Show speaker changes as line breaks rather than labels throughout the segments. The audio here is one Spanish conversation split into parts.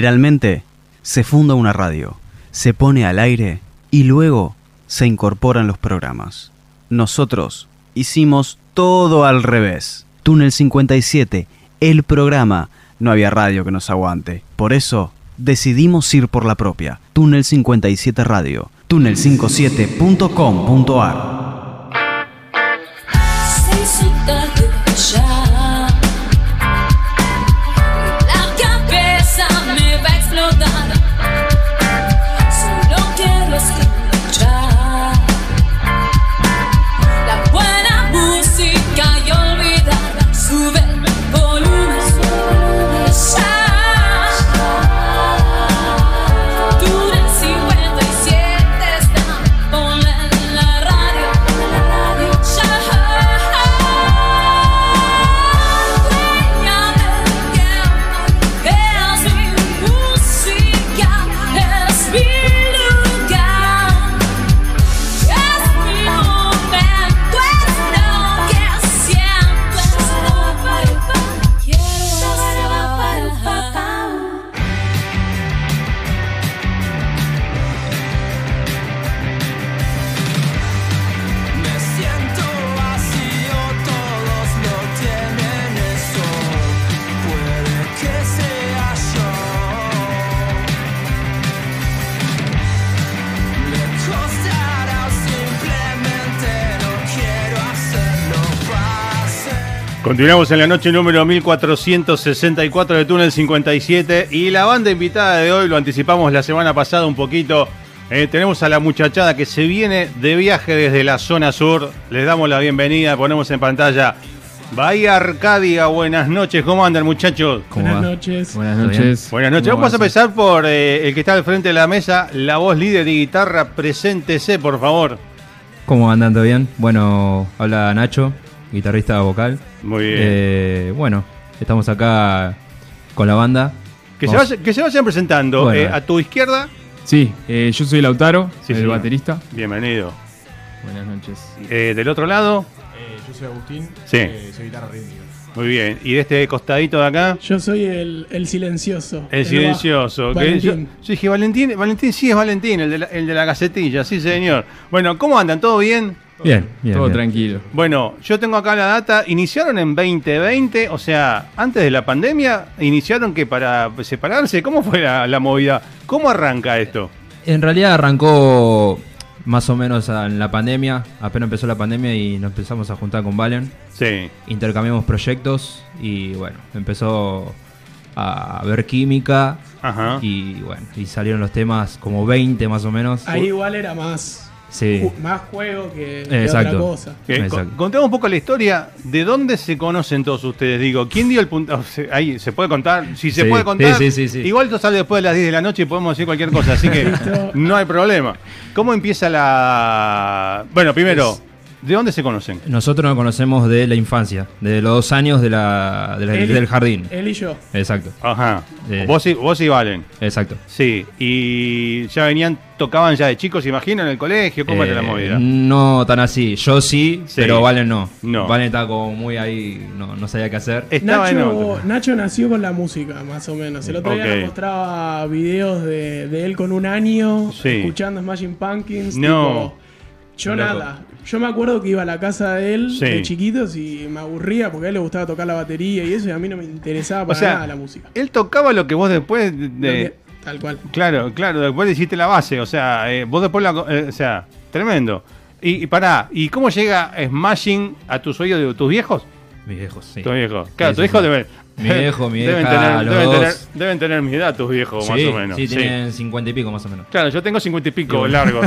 Generalmente, se funda una radio, se pone al aire y luego se incorporan los programas. Nosotros hicimos todo al revés. Túnel 57, el programa, no había radio que nos aguante. Por eso, decidimos ir por la propia. Túnel 57 Radio, túnel57.com.ar.
Continuamos en la noche número 1464 de Túnel 57 y la banda invitada de hoy, lo anticipamos la semana pasada un poquito, eh, tenemos a la muchachada que se viene de viaje desde la zona sur, les damos la bienvenida, ponemos en pantalla Bahía Arcadia, buenas noches, ¿cómo andan muchachos?
buenas noches.
Buenas noches.
Buenas noches, vamos a empezar por eh, el que está al frente de la mesa, la voz líder y guitarra, preséntese por favor.
¿Cómo andan? ¿Todo bien? Bueno, habla Nacho, guitarrista vocal.
Muy bien.
Eh, bueno, estamos acá con la banda.
que, se vaya- que se vayan presentando
Bueno.
eh, a tu izquierda,
Sí, eh, yo soy Lautaro,
Sí,
el
señor.
baterista.
bienvenido.
Buenas noches.
Eh, del otro lado,
Eh, yo soy Agustín, eh,
Sí.
soy guitarra rítmica.
Muy bien, y de este costadito de acá,
Yo soy el, el silencioso.
el silencioso.
bajo.
que yo,
Valentín.
yo dije, Valentín, Valentín sí es Valentín, el de, la, el de la gacetilla, sí señor. Bueno, ¿cómo andan? ¿Todo bien?
Bien, bien.
Todo
bien.
tranquilo.
Bueno, yo tengo acá la data, iniciaron en 2020, o sea, antes de la pandemia, iniciaron que para separarse, ¿cómo fue la, la movida? ¿Cómo arranca esto?
En realidad arrancó más o menos en la pandemia, apenas empezó la pandemia y nos empezamos a juntar con Valen.
Sí,
Intercambiamos proyectos y bueno, empezó a ver química
ajá.
y bueno, y salieron los temas como 20 más o menos.
Ahí igual era más,
Sí.
ju- más juego que, que
Exacto.
otra cosa.
Eh,
Exacto.
con- contemos un poco la historia de dónde se conocen todos ustedes. Digo, ¿quién dio el punto? se- Ahí se puede contar, si se
Sí,
puede contar.
sí, sí, sí, sí.
Igual esto sale después de las 10 de la noche y podemos decir cualquier cosa, así que no hay problema. ¿Cómo empieza la. Bueno, primero, ¿de dónde se conocen?
Nosotros nos conocemos de la infancia, de los dos años de la, de la-
Él-
del jardín.
Él y yo.
Exacto,
Ajá.
Eh.
Vos, y, vos y Valen.
exacto.
Sí. Y ya venían, tocaban ya de chicos, imagino, en el colegio. ¿Cómo era la
Eh,
movida?
No tan así. Yo sí,
Sí.
pero Valen no.
No. Eh,
Valen está como muy ahí, no, no sabía qué hacer.
Estaba en
Nacho,
otro.
Nacho nació con la música, más o menos. El otro
Ok.
día nos mostraba videos de, de él con un año,
Sí.
escuchando Smashing Pumpkins.
No.
tipo, yo
Loco.
nada. Yo me acuerdo que iba a la casa de él
Sí.
de chiquitos y me aburría porque a él le gustaba tocar la batería y eso, y a mí no me interesaba
O
para
sea,
nada la música.
él tocaba lo que vos después. de-
Lo que- Tal cual.
Claro, claro, después le hiciste la base, o sea, eh, vos después la... co- eh, o sea, tremendo. Y, y pará, ¿y cómo llega Smashing a tus oídos de tus viejos?
Mis viejos, sí.
Tus viejos. Claro,
Sí,
tus
sí,
viejos
sí.
deben...
Mi viejo, mi
deben
vieja,
tener,
los
deben,
dos.
tener, deben tener mi edad tus viejos, más
Sí,
o menos.
Sí,
sí.
tienen 50 y pico más o menos.
Claro, yo tengo cincuenta y pico
bueno.
largos.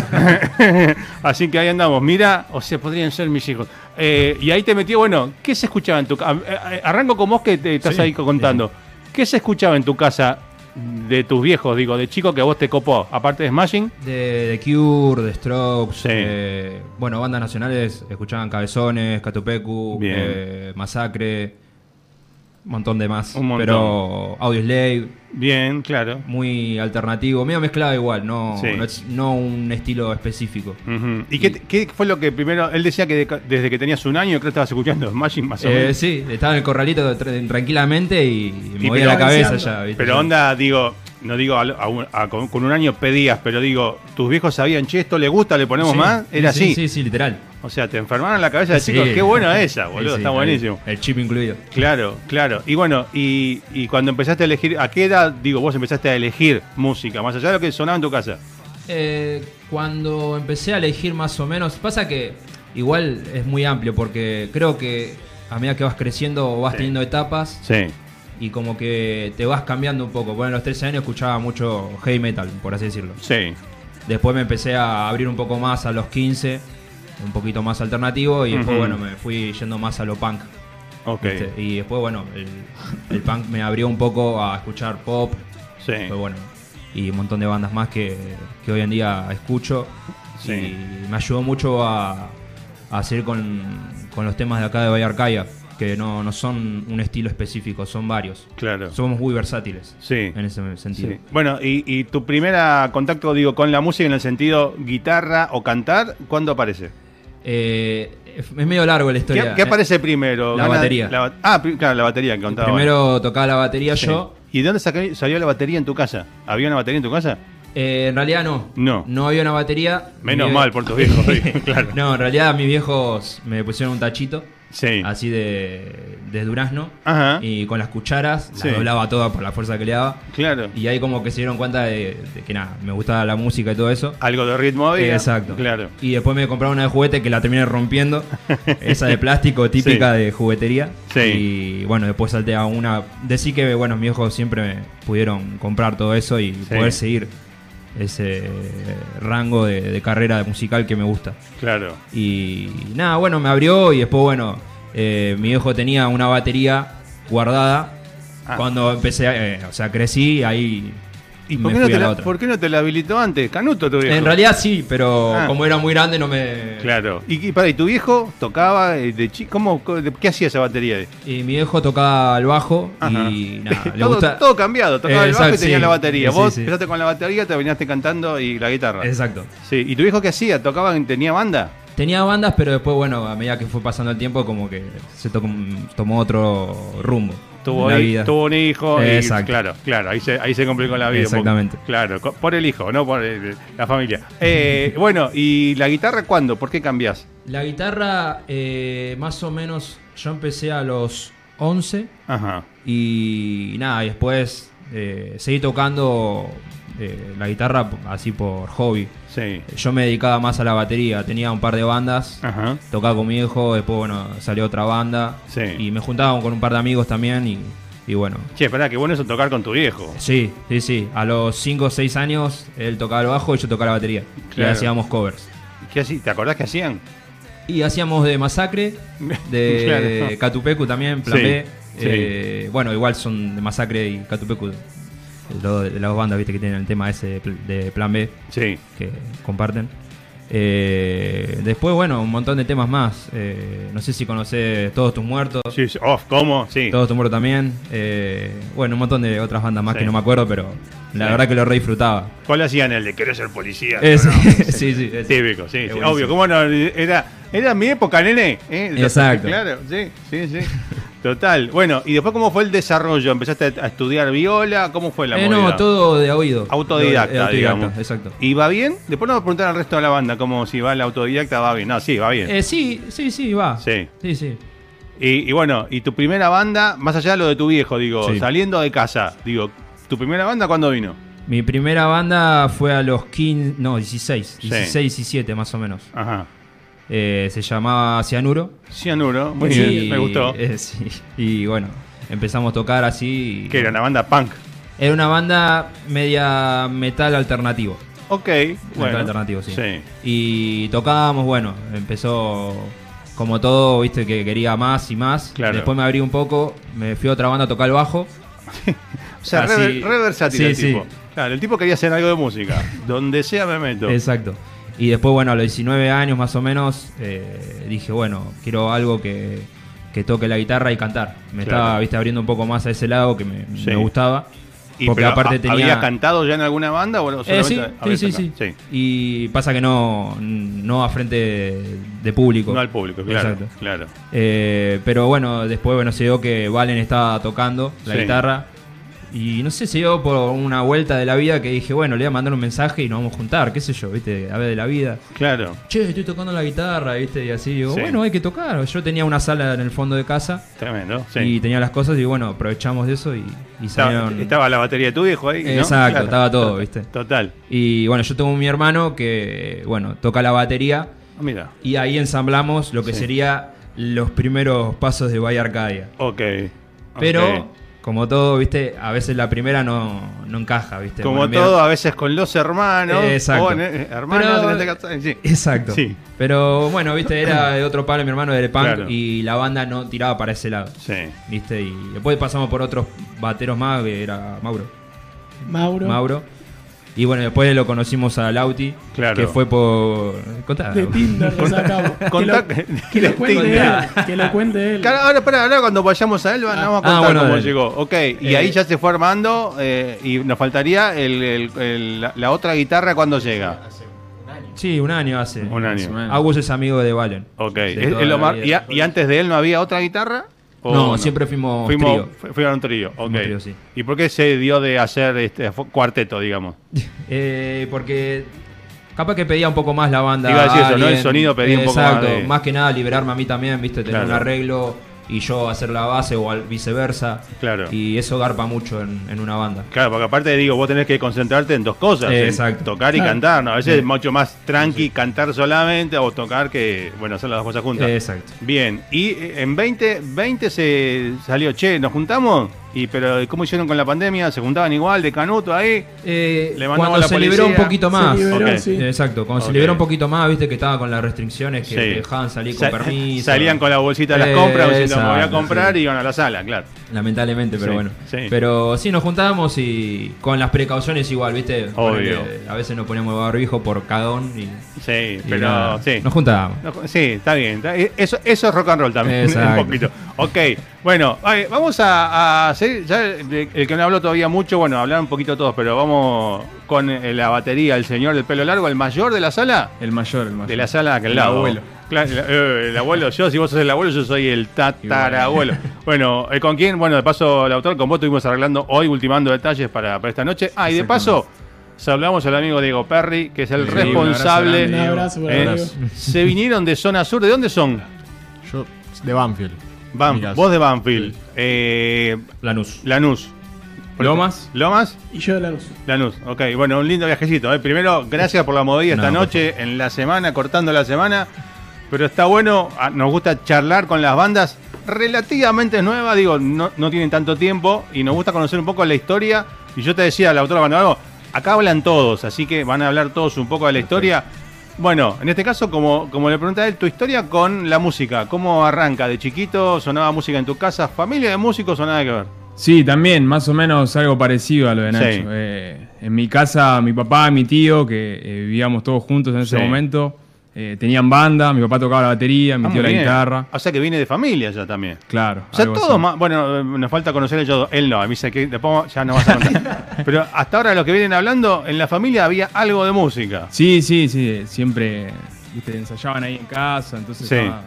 Así que ahí andamos. Mira, o sea, podrían ser mis hijos. Eh, y ahí te metió, bueno, ¿qué se escuchaba en tu casa? Arranco con vos que te estás ahí contando. ¿Qué se escuchaba en tu casa de tus viejos, digo, de chico que a vos te copó? Aparte de Smashing.
De, de Cure, de Strokes,
Sí.
eh, bueno, bandas nacionales, escuchaban Cabezones, Catupecu,
Bien.
eh, Masacre, un montón de más.
Un montón.
Pero Audioslave,
Bien, claro.
muy alternativo, medio mezclado igual, no,
Sí.
no, es- no un estilo específico.
Ujú. ¿Y qué, te- qué fue lo que primero? Él decía que de- desde que tenías un año, creo que estabas escuchando Smashing más o
Eh,
menos.
sí, estaba en el corralito tra- tranquilamente y,
Y
me movía la
pero-
cabeza
avanzando.
ya, ¿viste?
Pero onda, digo, no digo al- a un- a con, con un año pedías, pero digo, tus viejos sabían, che, esto le gusta, le ponemos
Sí,
más. Era
sí,
así.
Sí, sí, literal.
O sea, te enfermaron la cabeza de
Sí.
chicos. Qué buena esa,
Sí,
boludo.
sí,
está buenísimo.
El chip incluido.
Claro, claro. Y bueno, y, y cuando empezaste a elegir, ¿a qué edad, digo, vos empezaste a elegir música? Más allá de lo que sonaba en tu casa.
Eh, cuando empecé a elegir más o menos, pasa que igual es muy amplio porque creo que a medida que vas creciendo vas teniendo etapas
Sí.
y como que te vas cambiando un poco. Bueno, a los 13 años escuchaba mucho heavy metal, por así decirlo.
Sí.
Después me empecé a abrir un poco más a los 15, un poquito más alternativo y después,
Ujú.
bueno, me fui yendo más a lo punk.
Ok.
¿viste? Y después, bueno, el, el punk me abrió un poco a escuchar pop,
Sí.
Pero bueno, y un montón de bandas más que, que hoy en día escucho.
Sí.
Y me ayudó mucho a, a seguir con, con los temas de acá de Bahía Arcadia, que no, no son un estilo específico, son varios.
Claro.
Somos muy versátiles
Sí.
en ese sentido.
Sí. Bueno, y, y tu primer contacto, digo, con la música en el sentido guitarra o cantar, ¿cuándo aparece?
Eh, es es medio largo la
¿Qué,
historia. Eh,
qué aparece primero?
la
Gana-
batería.
la ba- ah, pri- claro, la batería que
Eh,
contaba.
Primero tocaba la batería
Sí.
yo.
¿Y de dónde saca- salió la batería en tu casa? ¿Había una batería en tu casa?
Eh, en realidad no.
No.
No había una batería.
Menos
Mi-
mal por tus viejos, digo, claro.
No, en realidad mis viejos me pusieron un tachito.
Sí.
así de, de durazno
Ajá.
y con las cucharas
Sí.
las doblaba todas por la fuerza que le daba
Claro.
y ahí como que se dieron cuenta de, de que nada me gustaba la música y todo eso
Algo de ritmo había.
exacto
Claro.
y después me compraron una de juguete que la terminé rompiendo esa de plástico típica
Sí.
de juguetería
Sí.
y bueno después salté a una decí que bueno mis viejos siempre me pudieron comprar todo eso y poder seguir ese rango de, de carrera musical que me gusta
Claro.
y nada, bueno, me abrió y después, bueno, eh, mi viejo tenía una batería guardada.
Ah.
Cuando empecé, eh, o sea, crecí, ahí
¿Y
me
por qué, no
fui
te
a la
la,
otra.
por qué no te la habilitó antes? Canuto tu viejo.
En realidad sí, pero
Ah.
como era muy grande no me...
Claro. ¿Y, y para, ¿y tu viejo tocaba eh, de chico? ¿Cómo, co- de- ¿Qué hacía esa batería?
Y mi viejo tocaba el bajo
Ajá.
y nada, Ah, le
todo,
gusta...
todo cambiado. Tocaba
Eh,
el bajo y
exacto,
tenía
sí.
la batería.
Sí,
Vos
sí.
empezaste con la batería, terminaste cantando y la guitarra.
Exacto.
Sí. ¿Y tu viejo qué hacía? ¿Tocaba? ¿Tenía banda?
Tenía bandas, pero después, bueno, a medida que fue pasando el tiempo, como que se tocó un- tomó otro rumbo.
Tuvo,
en la
ahí-
vida.
tuvo un hijo. y-
Exacto.
claro, claro. Ahí se, ahí se complicó la vida. un poco.
Exactamente.
Claro, co- por el hijo, no por eh, la familia. Eh, bueno, ¿y la guitarra cuándo? ¿Por qué cambiás?
La guitarra, eh, más o menos, yo empecé a los 11
Ajá.
y nada, y después eh, seguí tocando eh, la guitarra p- así por hobby.
Sí.
Yo me dedicaba más a la batería, tenía un par de bandas,
Ajá.
tocaba con mi hijo, después bueno, salió otra banda
Sí.
y me juntaba con un par de amigos también y, y bueno.
Che, pará, qué bueno eso tocar con tu viejo.
Sí, sí, sí. A los 5 o 6 años él tocaba el bajo y yo tocaba la batería.
Claro.
Y hacíamos covers.
¿Qué hacía? ¿Te acordás qué hacían?
Y hacíamos de Masacre, de
Claro.
Catupecu también, Plan
Sí,
B.
sí.
Eh, bueno, igual son de Masacre y Catupecu, lo- de las dos bandas viste que tienen el tema ese de, pl- de Plan B
Sí.
que comparten. Eh, después, bueno, un montón de temas más. Eh, no sé si conoces Todos tus muertos,
Sí, sí. Oh, ¿cómo? Sí.
Todos tus muertos también. Eh, bueno, un montón de otras bandas más
Sí.
que no me acuerdo, pero la
Sí.
verdad que lo re disfrutaba.
¿Cuál hacían el de querer ser policía?
Ese-
No, no.
sí, sí, ese.
Típico, sí, sí,
Es buenísimo.
obvio. ¿Cómo no? Era, era mi época, nene. ¿eh?
Exacto.
Claro, sí, sí, sí. Total. Bueno, ¿y después cómo fue el desarrollo? ¿Empezaste a estudiar viola? ¿Cómo fue la
Eh,
movida?
no, todo de oído.
Autodidacta,
Eh, autodidacta,
digamos.
exacto.
¿Y va bien? Después nos va a preguntar al resto de la banda como si va la autodidacta, va bien. No, sí, va bien.
Eh, sí, sí, sí, va.
Sí.
Sí, sí.
Y, y bueno, ¿y tu primera banda, más allá de lo de tu viejo, digo,
Sí.
saliendo de casa, digo, ¿tu primera banda cuándo vino?
Mi primera banda fue a los 15, no, 16,
Sí.
16, 17 más o menos.
Ajá.
Eh, se llamaba Cianuro.
Cianuro, muy
Y-
bien, me gustó.
eh, sí. Y bueno, empezamos a tocar así. y-
que era una banda punk.
Era una banda media metal alternativo.
Ok, bueno.
Metal alternativo, sí.
Sí,
Y tocábamos, bueno, empezó como todo, viste, que quería más y más.
Claro.
Después me abrí un poco, me fui a otra banda a tocar el bajo.
O sea,
Así-
re, re versátil
Sí,
el
sí.
tipo. Claro, el tipo quería hacer algo de música. Donde sea me meto.
Exacto. Y después, bueno, a los 19 años más o menos, eh, dije, bueno, quiero algo que, que toque la guitarra y cantar. Me
Claro.
estaba, viste, abriendo un poco más a ese lado que me,
Sí.
me gustaba.
Y,
porque
pero,
aparte
¿ha-
tenía...
¿Habías cantado ya en alguna banda? o no,
Eh,
solamente
sí, sí,
habías
sí, sí.
tocado?
Y pasa que no, no a frente de, de público.
No al público, claro.
Exacto.
claro.
Eh, pero bueno, después bueno, se dio que Valen estaba tocando la
Sí.
guitarra Y no sé, se dio por una vuelta de la vida que dije, bueno, le voy a mandar un mensaje y nos vamos a juntar, qué sé yo, viste, a ver de la vida.
Claro.
Che, estoy tocando la guitarra, viste, y así, digo,
Sí.
bueno, hay que tocar. Yo tenía una sala en el fondo de casa
Tremendo. Sí.
y tenía las cosas y bueno, aprovechamos de eso y, y
estaba,
salieron.
estaba la batería de tu viejo ahí. ¿no?
Exacto,
Claro.
estaba todo, viste.
Total.
Y bueno, yo tengo mi hermano que, bueno, toca la batería
Ah, Mira.
y ahí ensamblamos lo que
Sí.
sería los primeros pasos de Valle Arcadia.
Ok.
Pero,
Ok.
como todo, viste, a veces la primera no, no encaja, viste.
Como
Bueno, mira-
todo, a veces con los hermanos.
Exacto.
o en- eh, hermanos
Pero-
en este caso, sí.
Exacto.
Sí.
Pero bueno, viste, era de otro palo, mi hermano era de punk
Claro.
y la banda no tiraba para ese lado.
Sí.
¿Viste? Y después pasamos por otros bateros más, que era Mauro.
Mauro.
Mauro. Y bueno, después lo conocimos a Lauti,
Claro.
que fue por. Contá.
De Tinder lo sacamos. Que lo,
Contá-
que lo cuente
Tinder.
él. Que lo cuente él.
Cara, ahora, pará, ahora cuando vayamos a él, vamos a
Ah,
contar
bueno,
cómo
dale.
llegó. Ok, y
Eh,
ahí ya se fue armando eh, y nos faltaría el- el- el- la, la otra guitarra cuando llega.
Sí, un año hace.
Un
Un
año. Oh,
año.
Agus es amigo de Valen.
Ok,
De
Es-
toda
es lo
la
más-
vida.
y, a- y antes de él no había otra guitarra? ¿O
No, siempre fuimos,
oh, fuimos
trío.
fu- fueron trío. ok.
Fuimos trío, sí.
¿Y por qué se dio de hacer este fu- cuarteto, digamos?
Eh, porque capaz que pedía un poco más la banda.
Iba a decir eso, ¿no? El
alguien.
sonido pedía un poco más
Exacto,
de-
más que nada liberarme a mí también, ¿viste? Tener
Claro.
un arreglo y yo hacer la base o al viceversa.
Claro.
Y eso garpa mucho en, en una banda.
Claro, porque aparte digo, vos tenés que concentrarte en dos cosas,
Eh,
en
exacto.
tocar y
Claro.
cantar, ¿no? A veces es mucho más tranqui cantar solamente o tocar que, bueno, hacer las dos cosas juntas.
Eh, exacto.
Bien, y eh, en 20, 20 se salió, che, nos juntamos, y pero ¿cómo hicieron con la pandemia? ¿Se juntaban igual de Canuto ahí?
Eh,
Le mandamos
cuando
a la
se liberó un
policía.
poquito
Se
más.
liberó,
Ok.
sí.
Exacto, cuando
Ok.
se liberó un poquito más, viste que estaba con las restricciones que
Sí.
te dejaban salir con
Sa-
permiso.
Salían con la bolsita de las
Eh,
compras, diciendo, me voy a
exacto,
comprar
sí.
y iban a la sala, claro.
Lamentablemente, pero
Sí,
bueno.
sí.
Pero sí, nos juntábamos y con las precauciones igual, ¿viste?
Obvio.
Ponele, A veces nos poníamos barbijo por cagón y.
Sí,
y
pero
nada.
sí.
Nos juntábamos.
No, Sí, está bien. está- Eso, eso es rock and roll también.
Exacto.
Un poquito. Ok. Bueno, a ver, vamos a, a hacer. Ya el, el que no habló todavía mucho, bueno, hablar un poquito todos, pero vamos con eh, la batería, el señor del pelo largo, el mayor de la sala.
El mayor, el mayor.
De la sala que al
El
lado.
abuelo.
Claro, el, eh, el abuelo, yo, si vos sos el abuelo, yo soy el tatarabuelo. Bueno, eh, ¿con quién? Bueno, de paso, el autor, con vos estuvimos arreglando hoy, ultimando detalles para, para esta noche. Ah, y de paso, saludamos al amigo Diego Perry, que es el
Sí, un abrazo
responsable.
Un
grande,
abrazo para
Eh,
Diego.
se vinieron de zona sur. ¿De dónde son?
Yo, de Banfield.
Ban-
Mi casa.
vos de Banfield. Eh,
Lanús.
Lanús.
Lomas.
Lomas.
Y yo de la luz.
Lanús. Ok, bueno, un lindo viajecito. eh. Primero, gracias por la movida esta
No, por
noche, en la semana, cortando la semana. Pero está bueno, ah, nos gusta charlar con las bandas relativamente nuevas, digo, no, no tienen tanto tiempo y nos gusta conocer un poco la historia. Y yo te decía, la autora cuando hago, acá hablan todos, así que van a hablar todos un poco de la historia. Bueno, en este caso, como, como le pregunté a él, tu historia con la música, ¿cómo arranca? ¿De chiquito sonaba música en tu casa? ¿Familia de músicos o nada que ver?
Sí, también, más o menos algo parecido a lo de Nacho.
Sí.
Eh, en mi casa, mi papá, mi tío, que eh, vivíamos todos juntos en ese
Sí.
momento, eh, tenían banda, mi papá tocaba la batería, mi
Ah,
tío
muy
la
bien.
guitarra.
O sea que viene de familia ya también.
Claro.
O sea,
algo
todos
así.
más. Bueno, eh, nos falta conocer ellos dos. Él no, a mí sé que después ya no vas a contar. Pero hasta ahora los que vienen hablando, en la familia había algo de música.
Sí, sí, sí, eh, siempre viste, ensayaban ahí en casa, entonces
Sí.
estaba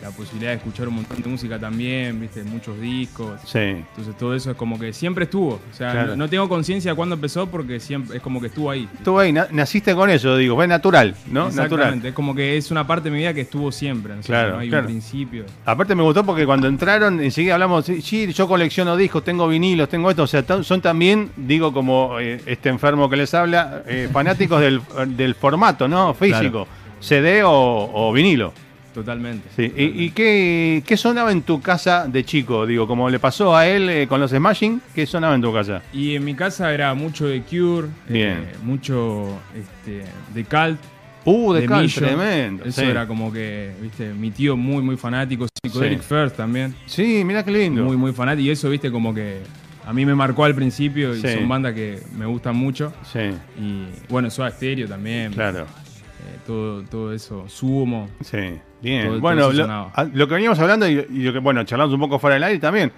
la posibilidad de escuchar un montón de música también, viste, muchos discos.
Sí.
Entonces todo eso es como que siempre estuvo. O sea,
Claro.
no, no tengo conciencia de cuándo empezó porque siempre es como que estuvo ahí.
Tú ahí, na- naciste con eso, digo, fue natural, ¿no? Natural.
Exactamente, es como que es una parte de mi vida que estuvo siempre. ¿no? O sea,
Claro,
no hay
claro.
un principio.
Aparte me gustó porque cuando entraron, enseguida hablamos, sí, sí, yo colecciono discos, tengo vinilos, tengo esto, o sea, tan- son también, digo como eh, este enfermo que les habla, eh, fanáticos del, del formato, ¿no? Físico, CD o, o vinilo.
Totalmente.
Sí. ¿Y, y qué, qué sonaba en tu casa de chico? Digo, como le pasó a él eh, con los Smashing, ¿qué sonaba en tu casa?
Y en mi casa era mucho de Cure,
Bien.
eh, mucho este, de Cult.
Uh, de, cal,
Mission.
tremendo.
Eso
sí.
era como que, viste, mi tío muy, muy fanático. Psychedelic
Sí.
First también.
Sí, mirá qué lindo.
Muy, muy fanático. Y eso, viste, como que a mí me marcó al principio. Y
Sí.
son bandas que me gustan mucho.
Sí,
Y bueno, Soda Stereo también.
claro.
Eh, todo, todo eso. Sumo.
Sí, bien.
Todo- todo
bueno,
eso
lo,
sonaba.
a- lo que veníamos hablando y, y lo que, bueno, charlamos un poco fuera del aire también.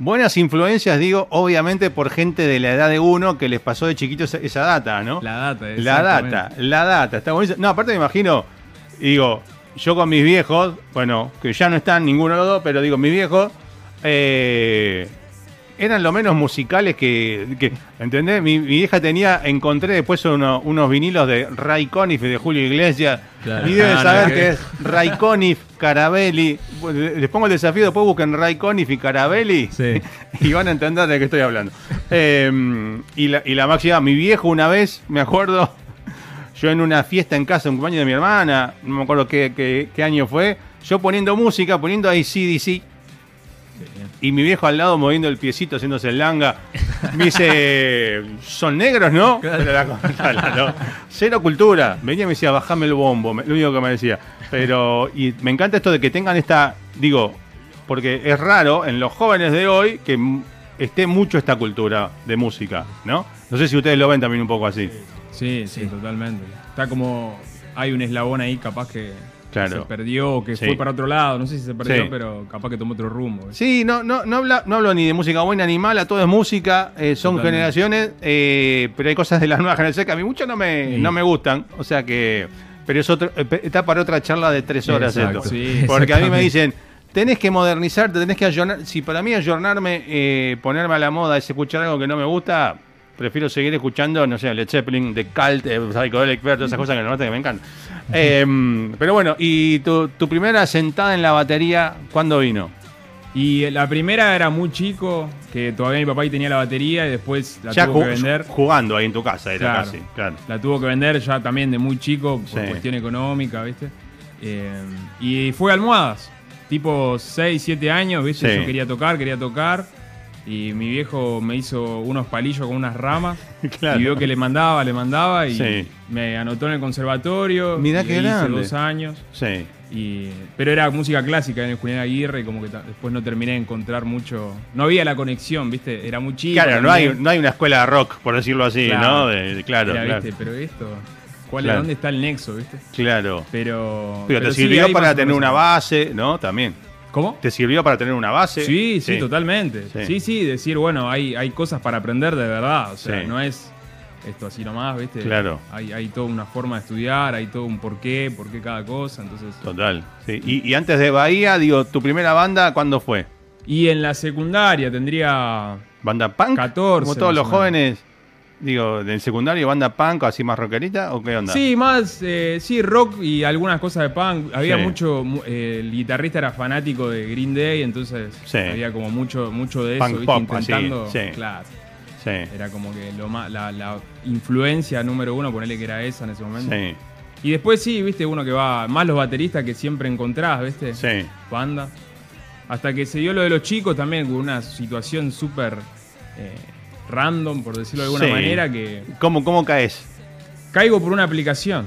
Buenas influencias, digo, obviamente por gente de la edad de uno que les pasó de chiquito esa, esa data, ¿no?
La data.
La
exactamente.
data, la data, está buenísimo. No, aparte me imagino, digo, yo con mis viejos, bueno, que ya no están ninguno de los dos, pero digo, mis viejos, eh, eran lo menos musicales que. que- ¿Entendés? Mi, mi hija tenía. Encontré después uno- unos vinilos de Ray Conniff y de Julio Iglesias.
Claro.
Y deben
Ah,
saber
no,
que
que-
es Ray Conniff, Carabelli. Les pongo el desafío, después busquen Ray Conniff y Carabelli.
Sí.
Y van a entender de qué estoy hablando. Eh, y, la, y la máxima, mi viejo una vez, me acuerdo, yo en una fiesta en casa, un cumpleaños de mi hermana, no me acuerdo qué, qué- qué año fue, yo poniendo música, poniendo ahí CDC. Y mi viejo al lado moviendo el piecito, haciéndose el langa. Me dice, son negros, ¿no? Pero la cosa, la- no. Cero cultura. Venía y me decía, bajame el bombo, me- lo único que me decía. Pero, y me encanta esto de que tengan esta, digo, porque es raro en los jóvenes de hoy que m- esté mucho esta cultura de música, ¿no? No sé si ustedes lo ven también un poco así.
Sí, sí, totalmente. Está como. Hay un eslabón ahí capaz que
Claro.
se perdió, o que
Sí.
fue para otro lado. No sé si se perdió,
Sí.
pero capaz que tomó otro rumbo.
Sí, no, no, no, habla- no hablo ni de música buena ni mala, todo es música, eh, son
Totalmente.
generaciones, eh, pero hay cosas de la nueva generación que a mí mucho no me,
Sí.
no me gustan, o sea que, pero es otro, eh, pe- está para otra charla de tres horas
Exacto.
esto.
Sí,
Porque a mí me
exactamente.
dicen, tenés que modernizarte, tenés que ayornar, si para mí ayornarme, eh, ponerme a la moda es escuchar algo que no me gusta, prefiero seguir escuchando, no sé, Led Zeppelin, The Cult, eh, Psychedelic Fur, todas esas cosas que no que me encantan. Eh, pero bueno, y tu, tu primera sentada en la batería, ¿cuándo vino?
Y la primera era muy chico, que todavía mi papá ahí tenía la batería y después la
ya
tuvo
ju-
que vender.
jugando ahí en tu casa, era
Claro.
casi, claro.
La tuvo que vender ya también de muy chico por
Sí.
cuestión económica, ¿viste? Eh, y fue a almohadas, tipo 6, 7 años, ¿viste?
Sí.
Yo quería tocar, quería tocar. Y mi viejo me hizo unos palillos con unas ramas.
Claro.
Y vio que le mandaba, le mandaba. Y
Sí.
me anotó en el conservatorio.
Mirá
y
qué
hice
grande.
dos años.
Sí,
Y, pero era música clásica en el Julián Aguirre. Y como que ta- después no terminé de encontrar mucho. No había la conexión, ¿viste? Era muy chico.
claro, no hay,
también.
no hay una escuela de rock, por decirlo así,
Claro.
¿no? De- de- claro,
Era,
claro.
¿viste? Pero esto. ¿cuál,
Claro.
¿Dónde está el nexo, viste?
Claro.
Pero.
Pero te
sí,
sirvió
ahí más
para
o
tener
menos.
una base, ¿no? También.
¿Cómo?
¿Te sirvió para tener una base?
Sí, sí, totalmente.
Sí.
Sí. sí, decir, bueno, hay, hay cosas para aprender de verdad. O sea,
Sí.
no es esto así nomás, ¿viste?
Claro.
Hay, hay toda una forma de estudiar, hay todo un porqué, por qué cada cosa. Entonces.
Total. sí. Y, y antes de Bahía, digo, ¿tu primera banda cuándo fue?
Y en la secundaria tendría.
¿Banda punk?
14
Como todos
más
los
o menos.
jóvenes, digo, del secundario, ¿banda punk así más rockerita o qué onda?
Sí, más, eh, sí, rock y algunas cosas de punk. Había
Sí.
mucho, mu- eh, el guitarrista era fanático de Green Day, entonces
Sí.
había como mucho, mucho de
Punk
eso, ¿viste?
pop, así,
intentando,
sí.
claro,
Sí.
era como que lo ma- la, la influencia número uno, ponele que era esa en ese momento.
Sí.
Y después sí, viste, uno que va, más los bateristas que siempre encontrás, viste,
Sí.
banda. Hasta que se dio lo de los chicos también, con una situación súper eh, random, por decirlo de alguna
Sí.
manera, que
¿Cómo, ¿Cómo caes?
caigo por una aplicación.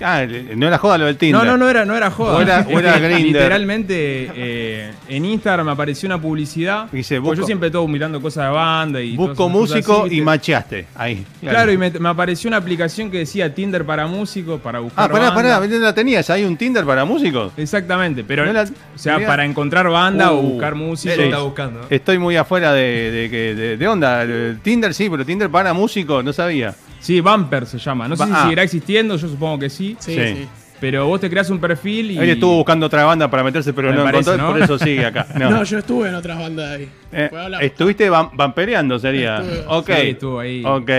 Ah, no era joda lo del Tinder.
No, no, no era, no era joda.
O era- o era
Es que
Grindr.
Literalmente eh, en Instagram me apareció una publicidad.
Dice,
Porque
busco-
yo siempre todo mirando cosas de banda y. todas
Busco
esas cosas
músico
así,
y
¿viste?
macheaste. Ahí.
Claro, y me, me apareció una aplicación que decía Tinder para músicos, para buscar.
Ah, pará,
banda.
pará, ¿no la tenías? ¿Hay un Tinder para músicos?
Exactamente, pero.
No la-
o sea,
mirá.
para encontrar banda o
Uh,
buscar Eh, músicos.
Él está buscando. ¿no?
Estoy muy afuera de, de, que- de- de onda. Eh, Tinder sí, pero Tinder para músicos, no sabía.
Sí, Bumper se llama. No sé
Va-
si
ah.
seguirá existiendo, yo supongo que sí.
Sí,
Sí.
sí.
Pero vos te creas un perfil y.
Él estuvo buscando otra banda para meterse, pero
Me
no
parece,
encontró,
¿no?
por eso sigue acá. No.
No. yo estuve en otras bandas ahí.
Eh,
Después hablamos.
estuviste vam- vampereando, sería.
Estuve.
ok.
Sí, estuvo ahí
Ok.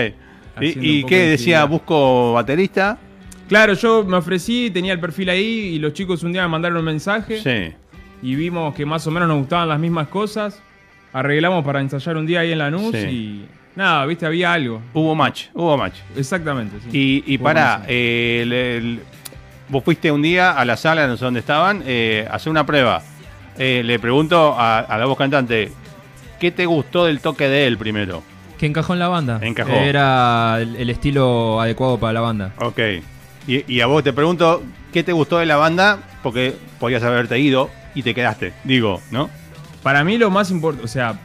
haciendo
¿Y, y
un poco
qué
de
decía?
actividad.
¿Busco baterista?
Claro, yo me ofrecí, tenía el perfil ahí y los chicos un día me mandaron un mensaje.
Sí.
y vimos que más o menos nos gustaban las mismas cosas. Arreglamos para ensayar un día ahí en Lanús
Sí.
y nada, viste, había algo.
Hubo match, hubo match.
Exactamente. sí.
Y, y
Hubo
pará,
más.
eh, el- el- vos fuiste un día a la sala no sé donde estaban eh, a hacer una prueba. Eh, le pregunto a, a la voz cantante, ¿qué te gustó del toque de él primero?
Que encajó en la banda.
Encajó.
Era el, el estilo adecuado para la banda.
Ok. Y, y a vos te pregunto, ¿qué te gustó de la banda? Porque podías haberte ido y te quedaste, digo, ¿no?
Para mí lo más importante, o sea,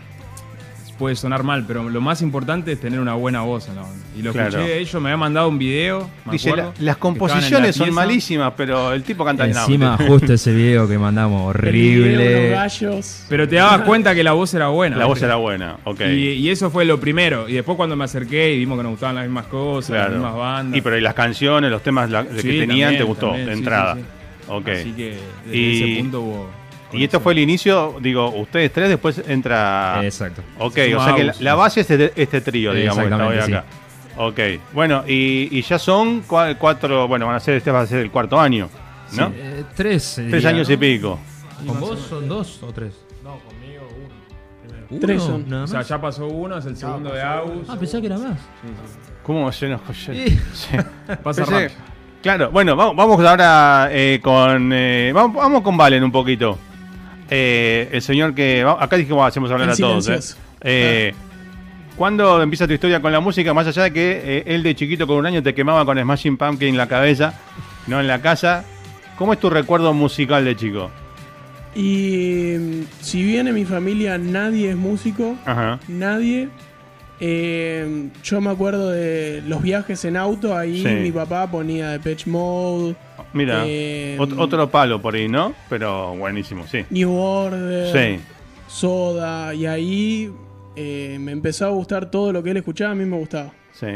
puede sonar mal, pero lo más importante es tener una buena voz en la banda. Y lo
Claro.
escuché de ellos, me había mandado un video. me
Dice,
acuerdo,
"La- las
que
composiciones
estaban
son
en la pieza.
malísimas, pero el tipo canta bien". No,
Encima, justo ese video que mandamos,
Peligro,
horrible.
Los gallos.
Pero te dabas cuenta que la voz era buena.
La voz
¿viste?
era buena, ok.
Y, y eso fue lo primero. Y después cuando me acerqué y vimos que nos gustaban las mismas cosas, las
claro.
mismas bandas.
Y pero y las canciones, los temas la- que
Sí,
tenían,
también,
te gustó
también,
de
sí,
entrada.
sí, sí.
Ok.
Así que desde
Y-
ese punto hubo
Y esto fue el inicio, digo, ustedes tres, después entra.
Exacto.
Ok,
Se
o
suma
sea que la,
Agus.
la base es este, este trío, digamos, que está hoy
Exactamente,
acá. Ok, bueno, y, y ya son cua- cuatro, bueno, van a ser, este va a ser el cuarto año, ¿no?
Eh, tres.
Tres
diría,
años
¿no?
y pico.
¿Con vos son dos o tres?
No, conmigo uno. Primero.
¿Uno?
Tres son.
Nada
O
más.
sea, ya pasó uno, es el segundo de Agus.
Ah, pensaba que era más.
¿Cómo se nos oye?
Sí.
Sí.
Pasa
Pensé-
rápido.
Claro, bueno, vamos, vamos ahora eh, con. eh, vamos, vamos con Valen un poquito. Eh, el señor que. va- Acá dijimos, ah, hacemos hablar
El
a todos. Eh.
silencioso.
Eh, ¿Cuándo empieza tu historia con la música? Más allá de que eh, él de chiquito con un año te quemaba con Smashing Pumpkin en la cabeza, no en la casa. ¿Cómo es tu recuerdo musical de chico?
Y mm, si bien en mi familia nadie es músico,
Ajá.
nadie. Eh, yo me acuerdo de los viajes en auto, ahí
Sí.
mi papá ponía Depeche Mode,
Mira,
Eh,
ot- otro palo por ahí, ¿no? Pero buenísimo, sí.
New Order,
Sí,
Soda, y ahí eh, me empezó a gustar todo lo que él escuchaba, a mí me gustaba.
sí.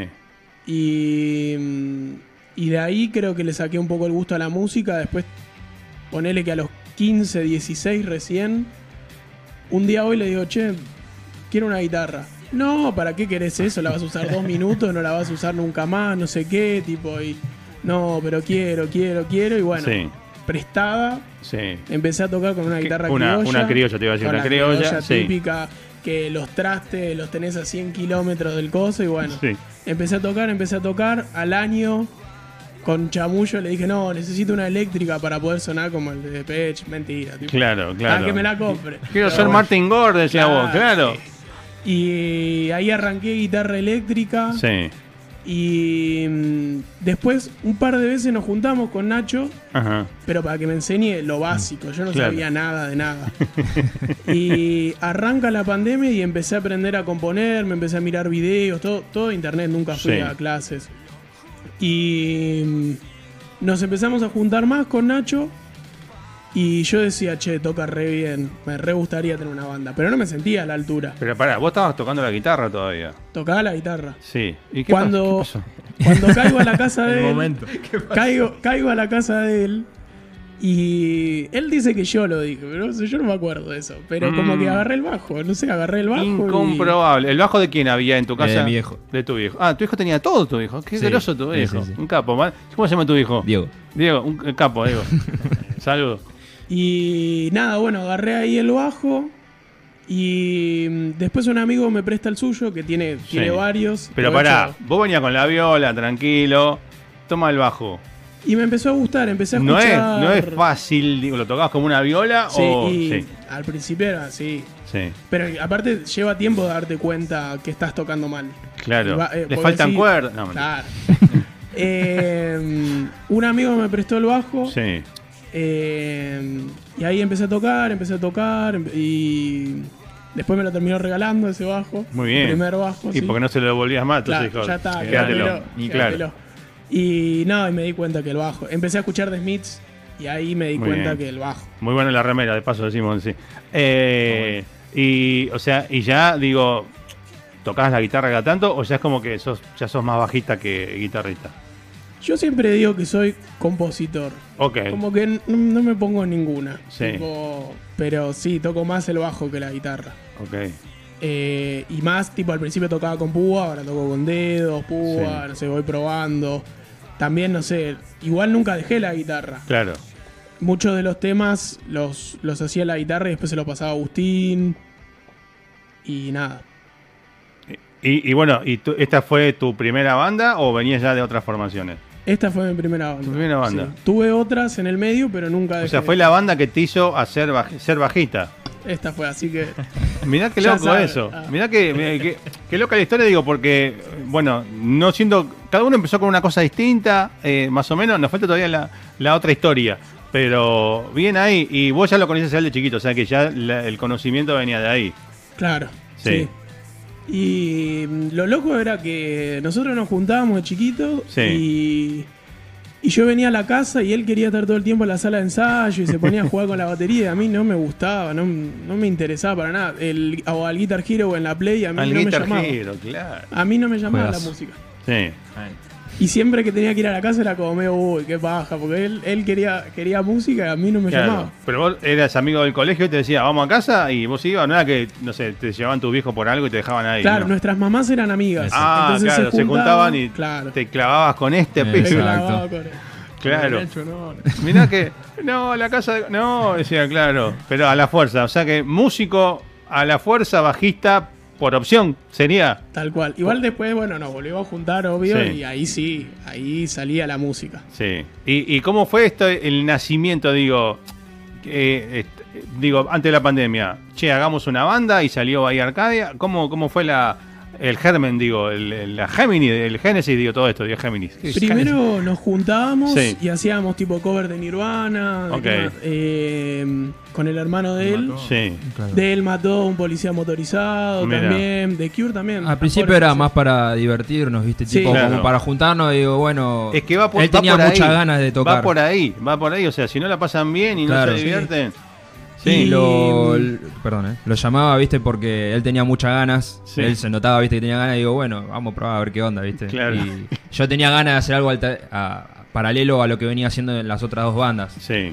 Y, mm, y de ahí creo que le saqué un poco el gusto a la música. Después, ponele que a los 15, 16 recién, un día hoy le digo, che, quiero una guitarra. No, ¿para qué querés eso? La vas a usar dos minutos, no la vas a usar nunca más, no sé qué, tipo, y no, pero quiero, quiero, quiero. Y bueno,
sí,
prestada,
sí.
empecé a tocar con una
¿Qué?
guitarra
Una-
criolla.
una criolla, te iba a decir,
con
una
la
criolla, sí.
típica, que los trastes los tenés a 100 kilómetros del coso, y bueno.
Sí.
Empecé a tocar, empecé a tocar. Al año, con chamullo, le dije, no, necesito una eléctrica para poder sonar como el de Depeche. Mentira, tipo,
Claro,
"Ah,
claro.
que me la compre.
Quiero
Pero
ser
bueno.
Martin Gore, decía
Claro,
vos, claro.
Y ahí arranqué guitarra eléctrica.
Sí.
Y mm, después, un par de veces nos juntamos con Nacho,
Ajá.
pero para que me enseñe lo básico. Yo no
Claro.
sabía nada de nada. y arranca la pandemia y empecé a aprender a componer, me empecé a mirar videos, todo, todo internet, nunca fui
Sí.
a clases. Y mm, nos empezamos a juntar más con Nacho. Y yo decía, che, toca re bien, me re gustaría tener una banda. Pero no me sentía a la altura.
Pero pará, vos estabas tocando la guitarra todavía.
Tocaba la guitarra.
Sí. ¿Y qué
Cuando-
pas- qué pasó?
Cuando caigo a la casa de
El
él,
momento.
caigo, caigo a la casa de él y él dice que yo lo dije, pero no sé, yo no me acuerdo de eso. Pero como
Mm.
que agarré el bajo, no sé, agarré el bajo. y-
Incomprobable. ¿El bajo de quién había en tu casa?
mi viejo.
De tu viejo. Ah, tu hijo tenía todo, tu hijo. Qué
Sí,
groso tu
sí,
hijo.
sí, sí.
Un capo, ¿mal? ¿Cómo se llama tu hijo?
Diego.
Diego, un eh, capo, Diego. Saludos.
Y, nada, bueno, agarré ahí el bajo y mm, después un amigo me presta el suyo que tiene, tiene varios.
Pero
lo he
pará,
hecho.
vos venías con la viola, tranquilo. Toma el bajo.
Y me empezó a gustar, empecé a
No es,
escuchar.
no es fácil, digo, ¿lo tocabas como una viola
Sí,
o.?
y
Sí,
al principio era así.
sí,
Pero aparte lleva tiempo de darte cuenta que estás tocando mal.
claro.
Va- eh,
Le
porque
faltan
sí.
cuerdas. No, mentira.
Claro. Eh, un amigo me prestó el bajo
Sí.
eh, y ahí empecé a tocar, empecé a tocar em- y después me lo terminó regalando ese bajo.
Muy bien.
Primer bajo.
Y
Pues sí.
porque no se lo devolvías más,
Claro,
entonces dijo,
ya está,
quédatelo.
quédatelo,
Y
quédatelo.
claro.
Y nada, y me di cuenta que el bajo. Empecé a escuchar The Smiths y ahí me di
Muy
cuenta
bien.
que el bajo.
Muy bueno la remera, de paso decimos sí. Eh, y, o sea, y ya digo, ¿tocás la guitarra cada tanto o ya es como que sos, ya sos más bajista que guitarrista?
Yo siempre digo que soy compositor.
Ok.
Como que n- no me pongo en ninguna.
Sí.
Tipo, pero sí, toco más el bajo que la guitarra.
Ok.
Eh, y más, tipo, al principio tocaba con púa, ahora toco con dedos, púa,
Sí.
no sé, voy probando. También, no sé, igual nunca dejé la guitarra.
Claro.
Muchos de los temas los, los hacía la guitarra y después se los pasaba a Agustín. Y nada.
Y, y bueno, ¿y tú- esta fue tu primera banda o venías ya de otras formaciones?
Esta fue mi primera banda.
Tu primera banda.
Sí. Tuve otras en el medio, pero nunca dejé.
O sea, fue la banda que te hizo hacer baj- ser bajista.
Esta fue, así que.
Mirá qué
Ya
loco
sabe.
eso.
Ah.
Mirá que, mirá que- qué loca la historia, digo, porque, bueno, no siendo. Cada uno empezó con una cosa distinta, eh, más o menos. Nos falta todavía la, la otra historia. Pero bien ahí. Y vos ya lo conocías él de chiquito, o sea que ya la- el conocimiento venía de ahí.
Claro.
Sí.
Sí. Y mm, lo loco era que nosotros nos juntábamos de chiquitos
Sí.
y, y yo venía a la casa y él quería estar todo el tiempo en la sala de ensayo y se ponía a jugar con la batería. y A mí no me gustaba, no, no me interesaba para nada. El, o al Guitar Hero o en la Play, a mí
Al
no me
Guitar
llamaba.
Hero, claro.
A mí no me llamaba la
Juegazo.
música.
Sí.
Y siempre que tenía que ir a la casa era como medio, uy, qué paja, porque él, él quería, quería música y a mí no me
Claro,
llamaba.
pero vos eras amigo del colegio y te decía, vamos a casa y vos ibas, no era que, no sé, te llevaban tus viejos por algo y te dejaban ahí.
Claro,
no.
nuestras mamás eran amigas.
Ah,
entonces
claro, se juntaban, y
Claro.
te clavabas con este
Me
pibe.
clavaba.
clavaba
Exacto.
con-
Claro.
Nacho, no, no.
Mirá que, no, la casa de- No, decía, claro. Pero a la fuerza. O sea que músico a la fuerza, bajista por opción, sería.
Tal cual. Igual después, bueno, nos volvimos a juntar, obvio,
Sí.
y ahí sí, ahí salía la música.
Sí. ¿Y, y cómo fue esto, el nacimiento, digo? eh, este, digo, antes de la pandemia. Che, hagamos una banda y salió Bahía Arcadia. ¿Cómo, cómo fue la. El germen, digo, el, el- la Géminis, el Génesis, digo, todo esto, digo, Géminis.
Primero nos juntábamos
Sí.
y hacíamos tipo cover de Nirvana, de
Ok.
qué más, eh, con el hermano de él.
Mató.
Sí.
Claro.
De él mató un policía motorizado
Mirá.
también, de Cure también.
Al principio era más para divertirnos, ¿viste?
Sí.
Tipo,
Claro.
como para juntarnos, digo, bueno.
Es que va por,
Él
va
tenía
por ahí.
muchas ganas de tocar.
Va por ahí, va por ahí. O sea, si no la pasan bien y
Claro.
no se
Sí.
divierten.
Sí,
Y-
lo, l- perdón, ¿eh? lo llamaba, viste, porque él tenía muchas ganas.
Sí.
Él se notaba, viste, que tenía ganas. Y digo, bueno, vamos a probar a ver qué onda, viste.
Claro.
Y yo tenía ganas de hacer algo alter- a- paralelo a lo que venía haciendo en las otras dos bandas.
Sí,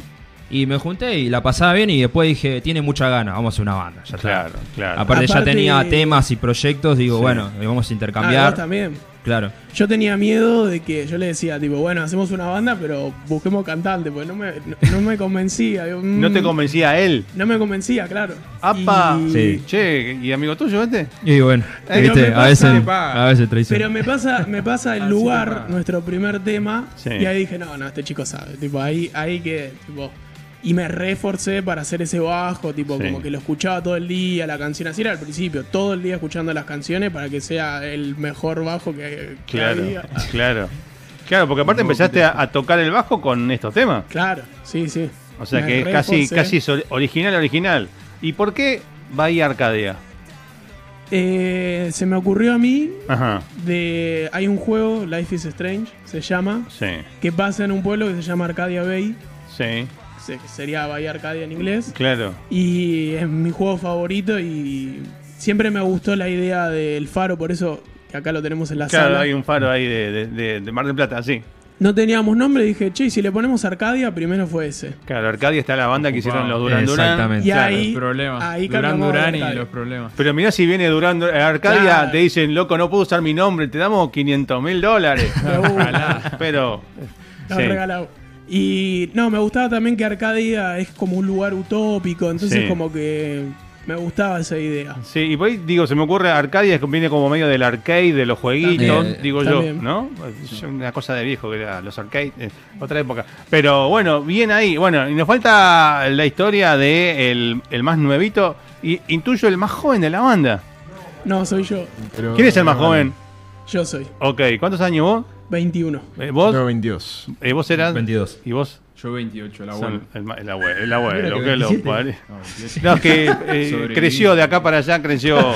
Y me junté y la pasaba bien. Y después dije, tiene muchas ganas, vamos a hacer una banda. Ya está.
claro, claro.
Aparte, ya
Aparte-
tenía temas y proyectos. Digo,
Sí.
bueno, vamos a
Ah,
intercambiar.
vos también.
claro.
Yo tenía miedo de que yo le decía, tipo, bueno, hacemos una banda, pero busquemos cantante, porque no me, no, no me convencía. Yo, mm,
no te convencía él.
No me convencía, claro.
Apa.
Y-
Sí.
Che, ¿y amigo tuyo este?
Y bueno,
Pero
viste,
me
a
pasa-
veces,
pa.
a veces traición.
Pero me pasa, me pasa el
Así
lugar,
nomás.
nuestro primer tema,
Sí.
y ahí dije, no, no, este chico sabe. Tipo, ahí, ahí que, tipo. Y me reforcé para hacer ese bajo, tipo,
Sí.
como que lo escuchaba todo el día, la canción así era al principio, todo el día escuchando las canciones para que sea el mejor bajo que, que
Claro,
había.
claro. Claro, porque aparte empezaste a, a tocar el bajo con estos temas.
Claro, sí, sí.
O sea
Me
que es casi,
reforcé.
casi es ori- original, original. ¿Y por qué Bahía Arcadia?
Eh, se me ocurrió a mí
Ajá,
de. Hay un juego, Life is Strange, se llama,
sí,
que pasa en un pueblo que se llama Arcadia Bay,
sí,
se- que sería Bahía Arcadia en inglés.
claro.
Y es mi juego favorito y siempre me gustó la idea del faro, por eso que acá lo tenemos en la
Claro,
sala.
hay un faro ahí de, de- de- de Mar del Plata, sí.
No teníamos nombre, dije, che, y si le ponemos Arcadia, primero fue ese.
Claro, Arcadia está la banda que hicieron los Duran Duran.
Exactamente.
Y
Eh, Claro.
ahí,
Problemas.
ahí
Durán
cambiamos
Durán
de
y
estadio.
los problemas.
Pero mirá si viene Durán Dur- a Arcadia,
Claro.
te dicen, loco, no puedo usar mi nombre, te damos 500 mil dólares.
De una.
Ojalá, Pero...
Lo
sí,
regalado. Y no, me gustaba también que Arcadia es como un lugar utópico, entonces
Sí.
como que me gustaba esa idea.
sí, y por ahí, digo, se me ocurre, Arcadia es- viene como medio del arcade, de los jueguitos,
También.
digo yo,
También.
¿no? Es Una cosa de viejo que era los arcades, eh, otra época. Pero bueno, bien ahí. Bueno, y nos falta la historia de el, el más nuevito, y intuyo el más joven de la banda.
No, soy yo.
Pero-
¿Quién es el más
pero
joven?
Yo soy.
Ok, ¿cuántos años vos?
21.
Eh,
bueno.
¿Vos?
Pero 22.
Eh, ¿Vos eras?
22.
¿Y vos?
Yo 28, la
Ah,
abuela.
Son- El, ma- el abue- el abuelo, que lo
27.
pare-
No, 27.
No, es que eh,
Sobreviví.
creció de acá para allá, creció.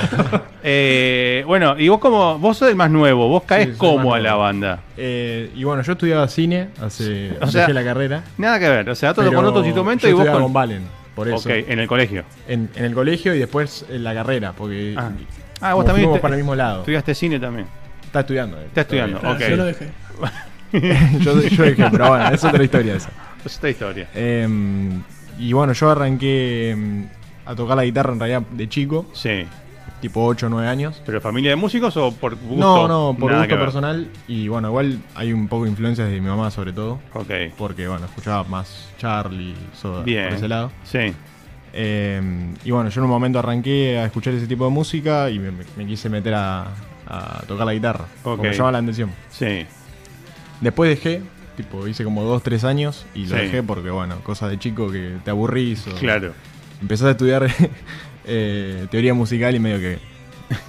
Eh, bueno, y vos como, vos sos el más nuevo, vos caes
Sí, soy el
como a
más
la
nuevo.
banda.
Eh, y bueno, yo estudiaba cine hace.
O sea,
dejé la carrera.
Nada que ver, o sea, datos
pero
con otros instrumentos
yo
y vos
estudiaba
con...
con Valen, por eso.
Ok, en el colegio.
En, en el colegio y después en la carrera, porque.
Ah, Ah,
como
vos también
fuimos
te-
para el mismo lado.
estudiaste cine también.
Está estudiando. él.
Está estudiando,
Todavía.
ok.
Yo lo dejé.
yo, yo dejé, pero bueno, es otra historia esa.
Es otra historia.
Em, y bueno, yo arranqué em, a tocar la guitarra en realidad de chico,
Sí.
tipo 8 o 9 años.
¿Pero familia de músicos o por gusto?
No, no, por
Nada que
gusto
ver.
personal. Y bueno, igual hay un poco de influencias de mi mamá sobre todo.
Ok.
Porque bueno, escuchaba más Charlie, Soda
Bien.
por ese lado.
Sí.
Em, y bueno, yo en un momento arranqué a escuchar ese tipo de música y me, me- me quise meter a, a tocar la guitarra.
Ok.
Porque me llamaba la atención.
Sí.
Después dejé, tipo, hice como 2, 3 años y lo
Sí.
dejé porque bueno, cosas de chico que te aburrís o
Claro.
empezás a estudiar eh, teoría musical y medio que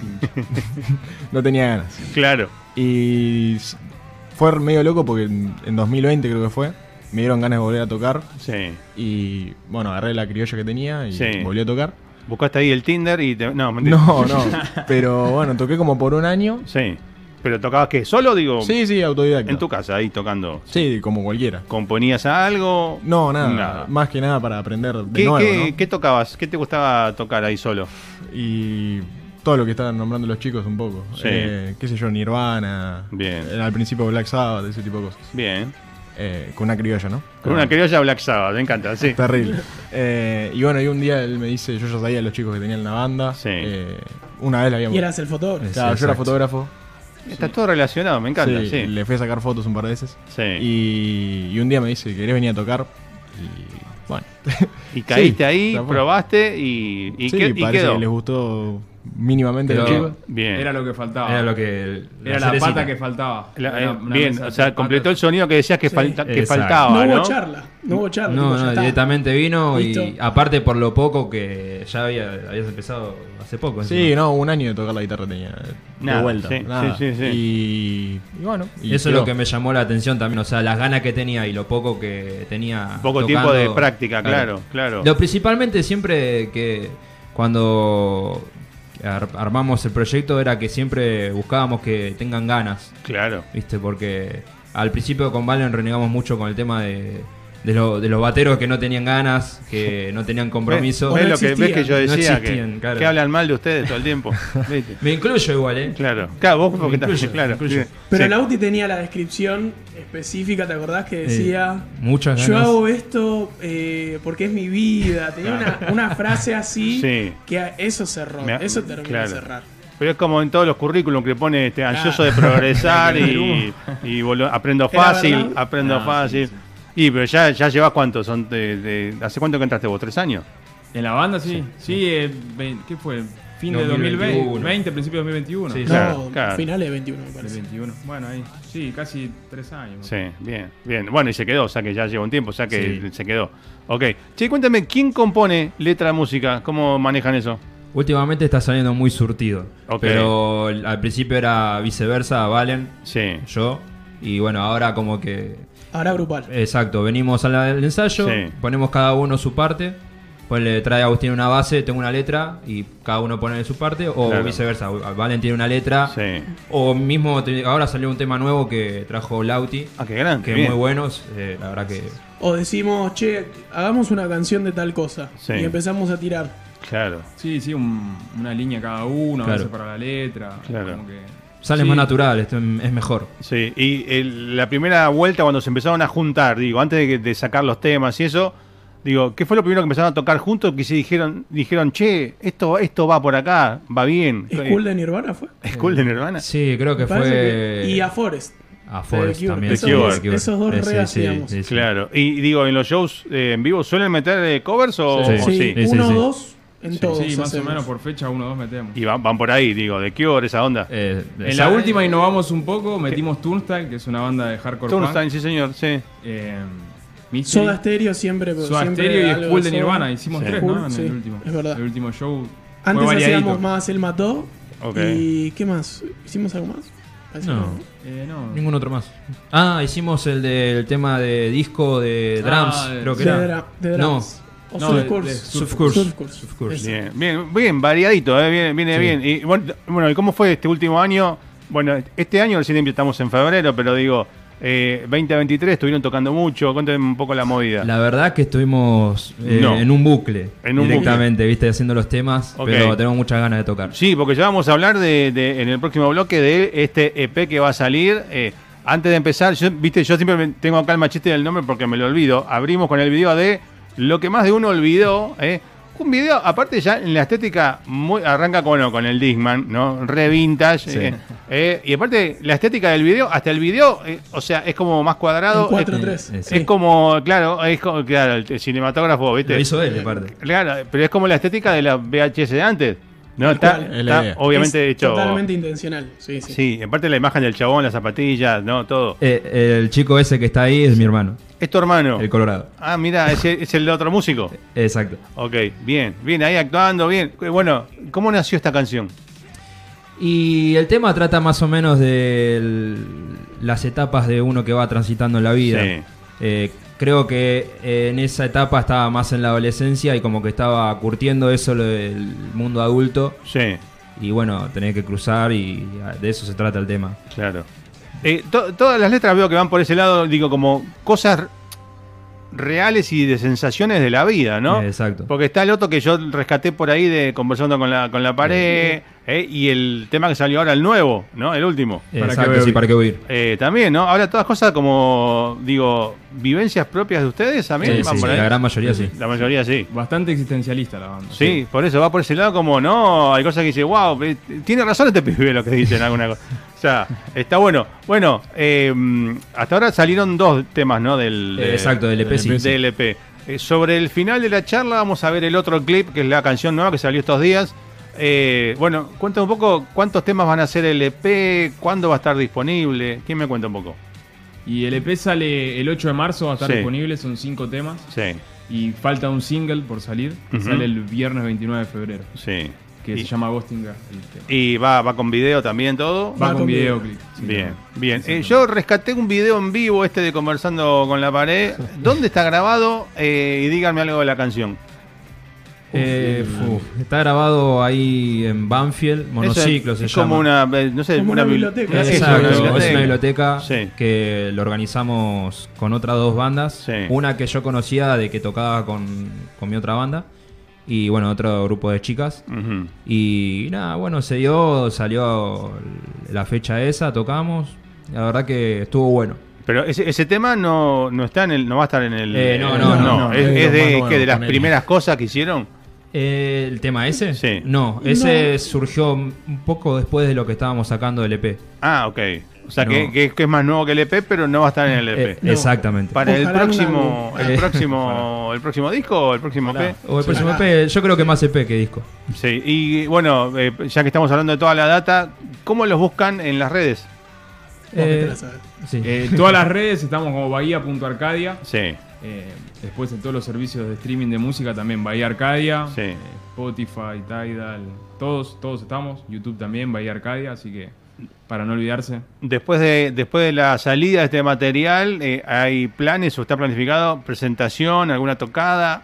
no tenía ganas.
Claro.
Y s- fue medio loco porque en en 2020 creo que fue, me dieron ganas de volver a tocar
Sí.
y bueno, agarré la criolla que tenía y
Sí.
volví a tocar.
Buscaste ahí el Tinder y te... No, mentira.
No, no, pero bueno, toqué como por un año.
Sí. ¿Pero tocabas qué? ¿Solo, digo?
Sí, sí, autodidacta.
En tu casa, ahí tocando.
Sí, como cualquiera.
¿Componías algo?
No, nada, más que nada para aprender de
¿Qué,
nuevo,
qué-
¿no?
qué tocabas? ¿Qué te gustaba tocar ahí solo?
Y todo lo que están nombrando los chicos un poco.
Sí.
Eh, qué sé yo, Nirvana.
Bien.
eh, Al principio Black Sabbath, ese tipo de cosas.
Bien.
Eh, con una criolla, ¿no?
Con
Ah.
una criolla Black Sabbath, me encanta, sí.
Terrible. Eh, y bueno, y un día él me dice, yo ya sabía los chicos que tenían la banda.
Sí.
Eh, una vez la habíamos...
Y eras el fotógrafo.
Claro,
Sí,
yo era
exacto.
fotógrafo.
Está todo relacionado, me encanta, sí.
Sí, Le fui a sacar fotos un par de veces.
Sí.
Y, y un día me dice, ¿querés venir a tocar? Y bueno.
Y caíste ahí,
la fue.
probaste y, y,
sí,
que- y
parece
quedó.
que les gustó mínimamente a los
Pero-
chicos.
Bien.
Era lo que faltaba.
Era lo que. el-
Era la
cerecita.
pata que faltaba.
La-
Era
eh,
una
bien,
mesa
o
de
sea,
patas.
completó el sonido que decías que,
Sí.
falta, que
Exacto.
No
faltaba,
hubo
¿no?
charla. No hubo charla. tipo,
No,
ya
no,
está.
directamente vino y
Listo.
aparte por lo poco que ya había, habías empezado hace poco.
Sí,
encima.
no, un año de tocar la guitarra tenía.
Nada,
de vuelta.
sí,
nada.
sí, sí, sí.
Y, y bueno. y
Eso es
quedó.
lo que me llamó la atención también, o sea, las ganas que tenía y lo poco que tenía.
Poco
tocando.
tiempo de práctica, claro, claro.
Lo principalmente siempre que cuando ar- armamos el proyecto era que siempre buscábamos que tengan ganas.
Claro.
¿viste? Porque al principio con Valen renegamos mucho con el tema de, de, lo- de los bateros que no tenían ganas, que no tenían compromiso.
¿Ves,
O no
lo que, ves que yo
existían. No
decía? que,
existían, claro.
que hablan mal de ustedes todo el tiempo. ¿Viste?
Me incluyo igual, ¿eh?
Claro. Claro, vos porque
Me incluyo,
estás. Claro.
me incluyo.
Sí.
Pero
Sí.
Nauti tenía la descripción específica, ¿te acordás? Que decía.
Eh, muchas
Yo
ganas.
hago esto eh, porque es mi vida. Tenía una, una frase así
Sí.
que a- eso cerró.
Me-
eso terminó
claro.
de cerrar.
Pero es como en todos los currículums que pone este, ansioso de progresar y, y volo- aprendo
Era
fácil,
verdad.
aprendo
Ah,
fácil. Y pero ya, ya llevas cuánto, son de- de- ¿hace cuánto que entraste vos? ¿Tres años?
En la banda, sí. Sí, eh, ve- ¿qué fue? Fin de
2021.
2020, principio de 2021.
Sí,
Sí,
No,
Claro, claro.
finales de 21, me parece.
2021. Bueno, ahí. Sí, casi tres años.
Sí, bien, bien. Bueno, y se quedó, o sea que ya lleva un tiempo, o sea que
Sí.
se quedó. Ok. Che, cuéntame, ¿quién compone letra de música? ¿Cómo manejan eso?
Últimamente está saliendo muy surtido.
Ok.
Pero al principio era viceversa, Valen,
Sí.
yo. Y bueno, ahora como que.
Ahora grupal.
Exacto, venimos al, al ensayo,
Sí.
ponemos cada uno su parte. Pues le trae a Agustín una base, tengo una letra y cada uno pone su parte. O
Claro.
viceversa, Valen tiene una letra.
Sí.
O mismo, te- ahora salió un tema nuevo que trajo Lauti,
Ah, qué grande.
que es
bien.
muy buenos. eh, la verdad que.
O decimos, che, hagamos una canción de tal cosa.
Sí.
Y empezamos a tirar.
Claro.
Sí, sí, un- una línea cada uno, a
Claro.
veces para la letra.
Claro.
como que-
Sale
Sí,
más natural, esto es mejor.
Sí, y el- la primera vuelta cuando se empezaron a juntar, digo, antes de, que- de sacar los temas y eso, digo, ¿qué fue lo primero que empezaron a tocar juntos? Que se dijeron, dijeron, che, esto, esto va por acá, va bien.
School de Nirvana fue.
¿Es cool de Nirvana?
Sí, creo que
Me parece
fue.
que- Y a Forest.
A Forest
The Cure.
también.
The Cure.
Esos dos rehacíamos.
Claro. Y digo, en los shows eh, en vivo, ¿suelen meter eh, covers o
Sí.
o
sí,
Sí, uno,
sí.
dos, en todos.
Sí, más o
hacemos.
menos por fecha, uno o dos metemos.
Y van, van por ahí, digo, de Cure, esa onda.
Eh,
en la
esa-
última innovamos un poco, metimos Turnstile, que es una banda de hardcore
Turnstile,
punk.
sí señor, sí.
Eh, Mystery.
Soda Stereo siempre. pero
Soda
siempre
Stereo y
algo
School de
Soda.
Nirvana. Hicimos
Sí.
tres,
School,
¿no? En
sí,
el último.
es verdad.
El último show. fue
Antes
variadito.
hacíamos más El Mató.
Ok.
¿Y qué más? ¿Hicimos algo más? Parece que
No,
Eh, no.
ningún otro más. Ah, hicimos el del tema de disco de drums,
Ah,
creo que
De,
era.
dra- de
No.
Dramas. O
No,
Surf
de-
Course.
de
Surf Course.
Surf Course.
Surf Course.
Bien,
Ese.
bien, bien, variadito, eh, viene, viene
Sí.
bien. Y bueno, t- bueno, ¿y cómo fue este último año? Bueno, este año recién estamos en febrero, pero digo, eh, 2023 estuvieron tocando mucho, cuéntame un poco la movida.
La verdad que estuvimos eh,
No.
en un bucle
En un
directamente, viste, haciendo los temas,
Ok.
pero tenemos muchas ganas de tocar.
Sí, porque ya vamos a hablar de, de- en el próximo bloque de este EP que va a salir. Eh, antes de empezar, yo, viste, yo siempre me- tengo acá el machete del nombre porque me lo olvido. Abrimos con el video de lo que más de uno olvidó. eh. Un video, aparte ya en la estética, muy, arranca con, bueno, con el Digman, ¿no? Re vintage. eh, eh, y aparte, la estética del video, hasta el video, eh, o sea, es como más cuadrado.
En
Es,
4-3.
Eh, eh,
es como, claro, es como, claro, el, el cinematógrafo, viste.
Lo hizo él, aparte.
Claro, pero es como la estética de la VHS de antes. No,
Tal
está,
cual.
Es la
está
idea.
obviamente
Es
hecho.
Totalmente intencional. Sí, sí.
Sí, aparte la imagen del chabón, las zapatillas, no, todo.
Eh, el chico ese que está ahí es mi hermano,
Es tu hermano.
el Colorado.
Ah, mira, es, el- es el otro músico.
Exacto.
Ok, bien, bien, ahí actuando, bien. Eh, Bueno, ¿cómo nació esta canción?
Y el tema trata más o menos de las etapas de uno que va transitando en la vida.
Sí.
Eh, creo que eh, en esa etapa estaba más en la adolescencia y como que estaba curtiendo eso lo del mundo adulto.
Sí,
Y bueno, tenés que cruzar y ah, de eso se trata el tema.
claro. Eh, to- todas las letras veo que van por ese lado, digo, como cosas reales y de sensaciones de la vida, ¿no?
Eh, exacto.
Porque está el otro que yo rescaté por ahí de conversando con la, con la pared, eh, y el tema que salió ahora, el nuevo, ¿no? El último.
Exacto, sí, para qué huir.
Eh, también, ¿no? Ahora todas cosas como, digo, vivencias propias de ustedes también.
Sí,
van
sí,
por ahí.
la gran mayoría sí.
La mayoría sí.
Bastante existencialista la banda.
Sí, por eso va por ese lado como, no, hay cosas que dice, wow, eh, tiene razón este pibe lo que dicen alguna cosa. O sea, está bueno. Bueno, eh, hasta ahora salieron dos temas, ¿no? Del,
Eh, exacto, del EP, sí.
del EP. Eh, sobre el final de la charla vamos a ver el otro clip, que es la canción nueva que salió estos días. Eh, bueno, cuéntame un poco cuántos temas van a ser el EP, cuándo va a estar disponible. ¿Quién me cuenta un poco?
Y el EP sale el 8 de marzo, va a estar
Sí.
disponible, son cinco temas.
Sí,
Y falta un single por salir, que
Ujú.
sale el viernes 29 de febrero,
sí.
que
Y-
se llama Ghosting Girl, el tema.
Y va, va con video también todo.
Va
Va
con
con
videoclip. sí,
Bien,
también.
bien.
Sí,
Eh,
sí,
yo rescaté un video en vivo este de conversando con la pared. ¿Dónde está grabado? Eh, y díganme algo de la canción.
Eh, fu, está grabado ahí en Banfield,
Eso
monociclo
es,
se
es
llama.
como una, eh, no sé,
Como una
bibli-
biblioteca.
Eso,
Exacto,
una
Eh, es una biblioteca
Sí.
que lo organizamos con otras dos bandas.
Sí.
Una que yo conocía de que tocaba con, con mi otra banda. Y bueno, otro grupo de chicas.
Ujú.
Y nada, bueno, se dio, salió la fecha esa, tocamos. La verdad que estuvo bueno.
Pero ese, ese tema no, no está en el, no va a estar en el.
Eh, no, no, no,
no,
es,
es
es
lo más
de,
nuevo,
que de las
ponele.
primeras cosas que hicieron.
Eh, ¿El tema ese?
Sí.
No, ese
No.
surgió un poco después de lo que estábamos sacando del E EP.
Ah, ok. O sea que,
No.
que, que es más nuevo que el EP, pero no va a estar en el EP.
Eh, Exactamente.
Para el
Ojalá
próximo,
no.
el próximo, el próximo disco, o el próximo E EP.
O el próximo EP, yo creo que más EP que disco.
Sí, y bueno, eh, ya que estamos hablando de toda la data, ¿cómo los buscan en las redes?
Vos que te
Eh,
la sabes.
sí.
Eh, todas las redes estamos como Bahía.arcadia.
Sí,
Eh, después en todos los servicios de streaming de música también, Bahía Arcadia,
Sí.
eh, Spotify, Tidal, todos, todos estamos, YouTube también, Bahía Arcadia, así que para no olvidarse.
Después de, después de la salida de este material, eh, ¿hay planes o está planificado presentación, alguna tocada?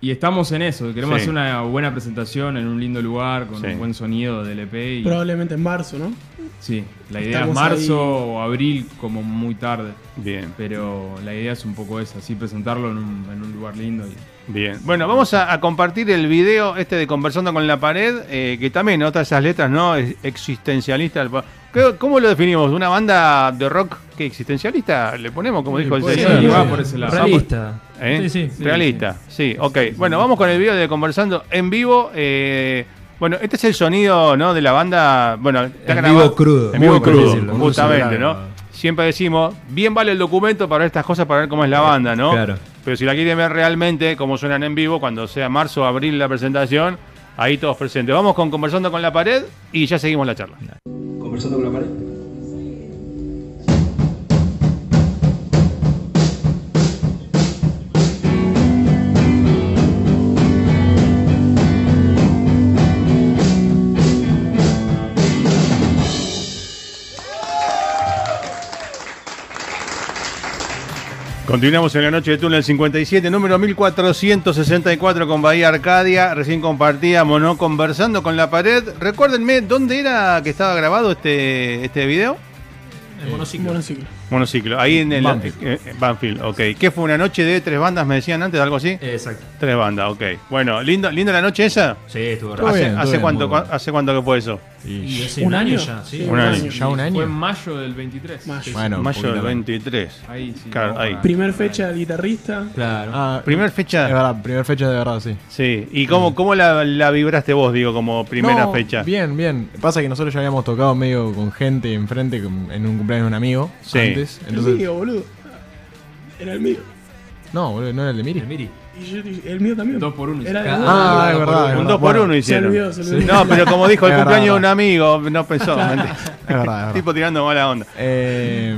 Y estamos en eso, queremos
Sí.
hacer una buena presentación en un lindo lugar, con
Sí.
un buen sonido del EP. Y,
Probablemente en marzo, ¿no?
sí, la idea
Estamos
es marzo
ahí.
o abril, como muy tarde,
Bien,
pero la idea es un poco esa, así presentarlo en un, en un lugar lindo. y-
bien. Bueno, vamos a, a compartir el video este de Conversando con la Pared, eh, que también otra de esas letras, ¿no? Es existencialista. ¿Qué- ¿Cómo lo definimos? ¿Una banda de rock que existencialista? ¿Le ponemos, como dijo el
puede
señor?
ser,
Va
sí.
por
ese lado.
Realista.
¿Eh?
Sí, sí, sí.
Realista, sí, ok. Bueno, vamos con el video de Conversando en vivo. eh, bueno, este es el sonido ¿no? de la banda. Bueno, está
En
grabado-
vivo crudo.
En vivo
Muy
crudo,
crudo, con
justamente,
luces
¿no?
blancas.
Siempre decimos, bien vale el documento para ver estas cosas, para ver cómo es la banda, ¿no?
Eh, claro.
Pero si la quieren ver realmente, cómo suenan en vivo, cuando sea marzo o abril la presentación, ahí todos presentes. Vamos con Conversando con la pared y ya seguimos la charla.
conversando con la pared.
Continuamos en la noche de túnel 57, número 1464 con Bahía Arcadia. Recién compartíamos, ¿no? Conversando con la pared. Recuérdenme, ¿dónde era que estaba grabado este, este video?
Monociclo.
Monociclo, ahí en el
Banfield.
eh, eh, Banfield, ok. ¿Qué fue una noche de tres bandas, me decían antes, algo así?
Exacto.
Tres bandas, ok. Bueno, lindo, linda la noche esa.
Sí, estuvo
Todo
raro.
¿Hace,
bien, todo
hace
bien,
cuánto,
muy bueno.
cua- ¿Hace cuánto que fue eso?
Y-
hace
Un año.
¿Ya un
Fue en
año?
mayo del 23.
Mayo.
Bueno,
Mayo del
poquito.
23.
Ahí sí.
Claro,
vamos
ahí.
para-
Primer fecha del guitarrista.
Claro.
Ah,
Primer
es
fecha.
verdad, primer fecha de verdad, sí.
Sí, ¿y cómo, cómo la, la vibraste vos, digo, como primera
No,
fecha?
Bien, bien. Pasa que nosotros ya habíamos tocado medio con gente enfrente con- en un cumpleaños de un amigo
Sí.
antes.
el
Entonces,
mío, boludo. Era el mío.
no, boludo, no era el de Miri.
Miri.
Y yo dije, el mío también.
Dos por uno.
Era de
Ah,
vos.
Ah, es verdad.
Un
es verdad.
2 por
Bueno,
1
se
hicieron.
olvidó, se olvidó.
No, pero como dijo el
Es verdad,
cumpleaños de un
verdad.
amigo, no pensó. mentira.
Es verdad, es verdad.
tipo tirando mala onda.
Eh,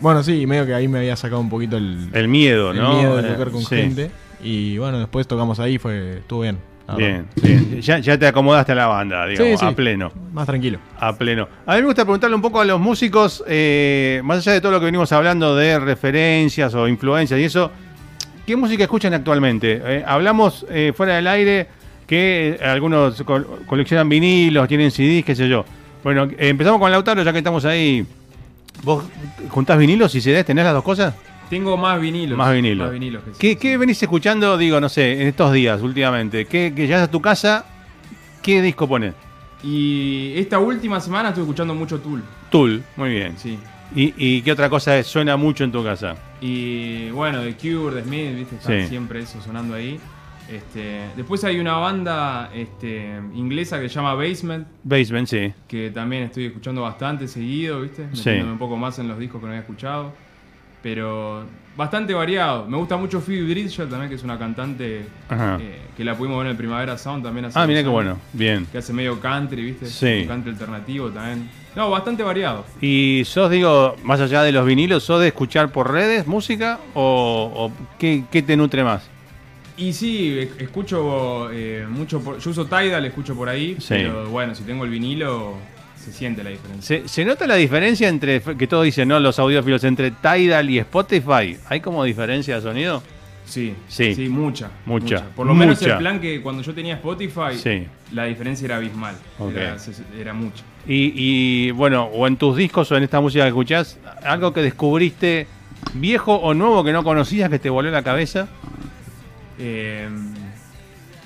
bueno, sí, medio que ahí me había sacado un poquito el,
El miedo,
el
¿no?
miedo de
Eh,
tocar con
sí.
gente. Y bueno, después tocamos ahí, fue estuvo bien. la
Bien,
verdad.
bien. Ya, ya te acomodaste a la banda, digamos,
Sí, sí.
a pleno.
Más tranquilo.
A pleno. A mí me gusta preguntarle un poco a los músicos, eh, más allá de todo lo que venimos hablando de referencias o influencias y eso, ¿qué música escuchan actualmente? Eh, hablamos eh, fuera del aire que eh, algunos col- coleccionan vinilos, tienen CDs, qué sé yo. Bueno, eh, empezamos con Lautaro, ya que estamos ahí. ¿Vos juntás vinilos y CDs? ¿Tenés las dos cosas?
Tengo más vinilos.
Más vinilos.
que sí.
¿Qué, qué venís escuchando, digo, no sé, en estos días últimamente? ¿Qué, que llegas a tu casa, ¿qué disco pones?
Y esta última semana estuve escuchando mucho Tool.
Tool, muy bien.
Sí.
¿Y, y qué otra cosa suena mucho en tu casa?
Y bueno, The Cure, The Smith, ¿viste? Está
Sí.
siempre eso sonando ahí. Este, después hay una banda este, inglesa que se llama Basement,
Basement, sí.
que también estoy escuchando bastante seguido, ¿viste?
Sí.
Metiéndome un poco más en los discos que no había escuchado. Pero bastante variado. Me gusta mucho Phoebe Bridgel también, que es una cantante
Ajá.
eh, que la pudimos ver en el Primavera Sound también hace
Ah,
dos
mira qué
años,
bueno. Bien.
Que hace medio country, ¿viste?
Sí.
Un Country alternativo también. No, bastante variado.
¿Y sos, digo, más allá de los vinilos, sos de escuchar por redes música o, o qué, qué te nutre más?
Y sí, es- escucho eh, mucho. por- yo uso Tidal, escucho por ahí.
Sí.
Pero bueno, si tengo el vinilo, se siente la diferencia.
¿Se, se nota la diferencia entre, que todos dicen, ¿no? Los audiófilos, entre Tidal y Spotify. ¿Hay como diferencia de sonido?
Sí,
Sí.
mucha.
Mucha,
Por lo menos
mucha.
el plan que cuando yo tenía Spotify,
Sí.
la diferencia era abismal.
Ok.
Era, se- era mucha.
Y, y, bueno, o en tus discos o en esta música que escuchás, algo que descubriste viejo o nuevo que no conocías que te voló la cabeza.
Eh,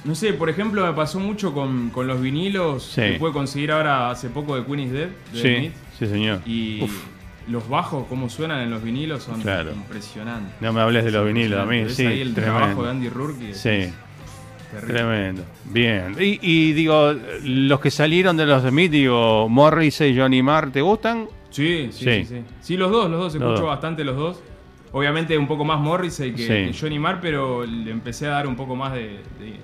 no sé, por ejemplo, me pasó mucho con, con los vinilos
Sí.
que pude conseguir ahora hace poco de Queen is Dead. De
Sí,
Smith.
sí, señor.
Y los bajos, cómo suenan en los vinilos, son
Claro.
impresionantes.
No me hables de los vinilos, a mí,
Ves
sí.
ahí el trabajo de
Tremendo.
Andy Rourke.
Sí,
Terrible.
tremendo. Bien. Y, y, digo, los que salieron de los Smith, digo, Morrissey y Johnny Marr, ¿te gustan?
Sí,
Sí.
sí, sí, sí, Sí, los dos, los dos.
Los
Escucho
dos.
bastante los dos. Obviamente un poco más Morrissey que,
Sí.
que Johnny Marr, pero le empecé a dar un poco más de, de-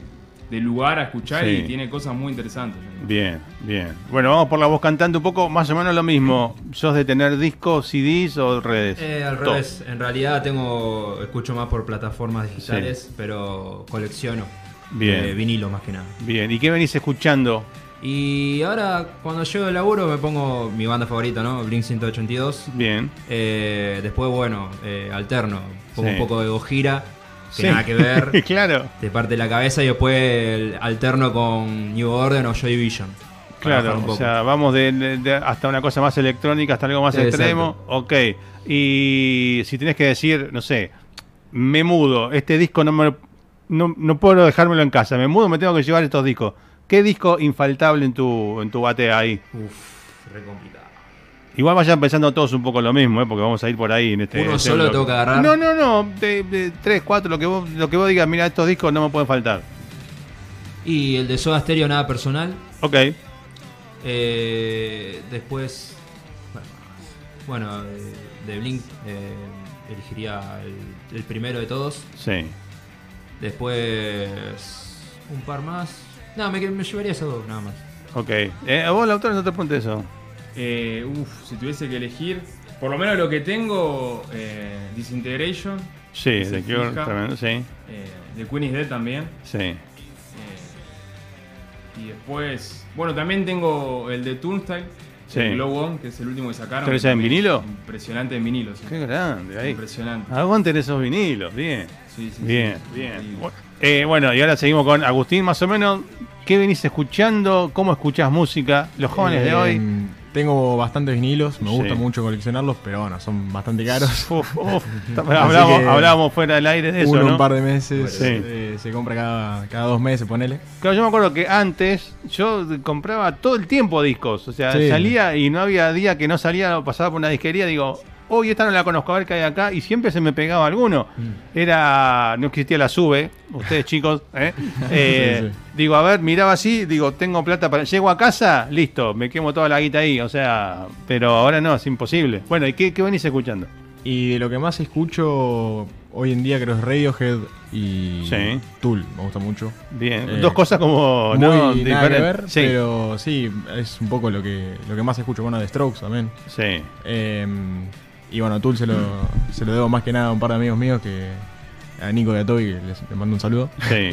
de lugar a escuchar
Sí.
y tiene cosas muy interesantes.
Bien, bien. Bueno, vamos por la voz cantante un poco, más o menos lo mismo. ¿Sos de tener discos, CDs o redes?
Eh, al
Todo.
revés, en realidad tengo escucho más por plataformas digitales, pero colecciono
Bien.
eh, vinilo más que nada.
Bien. ¿Y qué venís escuchando?
Y ahora cuando llego del laburo me pongo mi banda favorita, ¿no? Blink 182.
Bien.
Eh, después, bueno, eh, alterno. Pongo
Sí.
un poco de Gojira, que
Sí.
nada que ver,
claro.
te parte la cabeza y después eh, alterno con New Order o Joy Division. para bajar
Claro,
un
o
poco.
sea, vamos de, de- de- hasta una cosa más electrónica, hasta algo más
Exacto.
extremo. Ok. Y si tenés que decir, no sé, me mudo, este disco no me lo- no, no puedo dejármelo en casa, me mudo, me tengo que llevar estos discos. ¿Qué disco infaltable en tu, en tu batea ahí?
Uf, re complicado.
Igual vayan pensando todos un poco lo mismo, ¿eh? porque vamos a ir por ahí en este.
Uno
este
solo
bloque.
tengo que agarrar.
No, no, no. De, de tres, cuatro, lo que vos, lo que vos digas, mira, estos discos no me pueden faltar.
Y el de Soda Stereo, nada personal.
Ok.
Eh, después, bueno, bueno, eh, de Blink eh, elegiría el, el primero de todos.
Sí.
Después, un par más. No, me, me llevaría esos dos nada más.
Ok. Eh, a vos, la autora, no te preguntes eso.
Eh, uf, si tuviese que elegir, por lo menos lo que tengo, eh, Disintegration,
Sí, The
Se
Cure,
fija.
tremendo, sí.
eh, de Queen is Dead también.
Sí.
eh, y después, bueno, también tengo el de Turnstile,
Sí.
el Glow On, que es el último que sacaron.
¿Pero ese en vinilo?
Impresionante en vinilo, sí.
Qué grande, ahí.
Impresionante.
Aguanten esos vinilos, bien.
Sí, sí,
Bien,
sí.
bien.
Y-
Bu- eh, bueno, y ahora seguimos con Agustín, más o menos. ¿Qué venís escuchando? ¿Cómo escuchás música? Los jóvenes de
Eh,
hoy.
Tengo bastantes vinilos, me
Sí.
gusta mucho coleccionarlos, pero bueno, son bastante caros.
Uf, uf. hablamos,
que-
hablamos fuera del aire de eso,
Uno
¿no?
un par de meses,
Sí.
eh, se compra cada, cada dos meses, ponele.
Claro, yo me acuerdo que antes yo compraba todo el tiempo discos. O sea,
Sí.
salía y no había día que no salía o pasaba por una disquería. Digo, hoy esta no la conozco, a ver qué hay acá. Y siempre se me pegaba alguno.
Mm.
Era. No existía la sube, ustedes chicos. ¿eh? Eh,
Sí, sí.
Digo, a ver, miraba así, digo, tengo plata para. Llego a casa, listo, me quemo toda la guita ahí. O sea, pero ahora no, es imposible. Bueno, ¿y qué, qué venís escuchando?
Y de lo que más escucho hoy en día creo es Radiohead y
Sí.
Tool, me gusta mucho.
Bien,
Eh,
dos cosas como.
Muy
no,
nada que
diferentes.
ver,
sí,
pero sí, es un poco lo que, lo que más escucho. Bueno, de Strokes también.
sí.
Eh, y bueno, Tool se lo, se lo debo más que nada a un par de amigos míos que. A Nico de Atoy, que les, les mando un saludo.
Sí.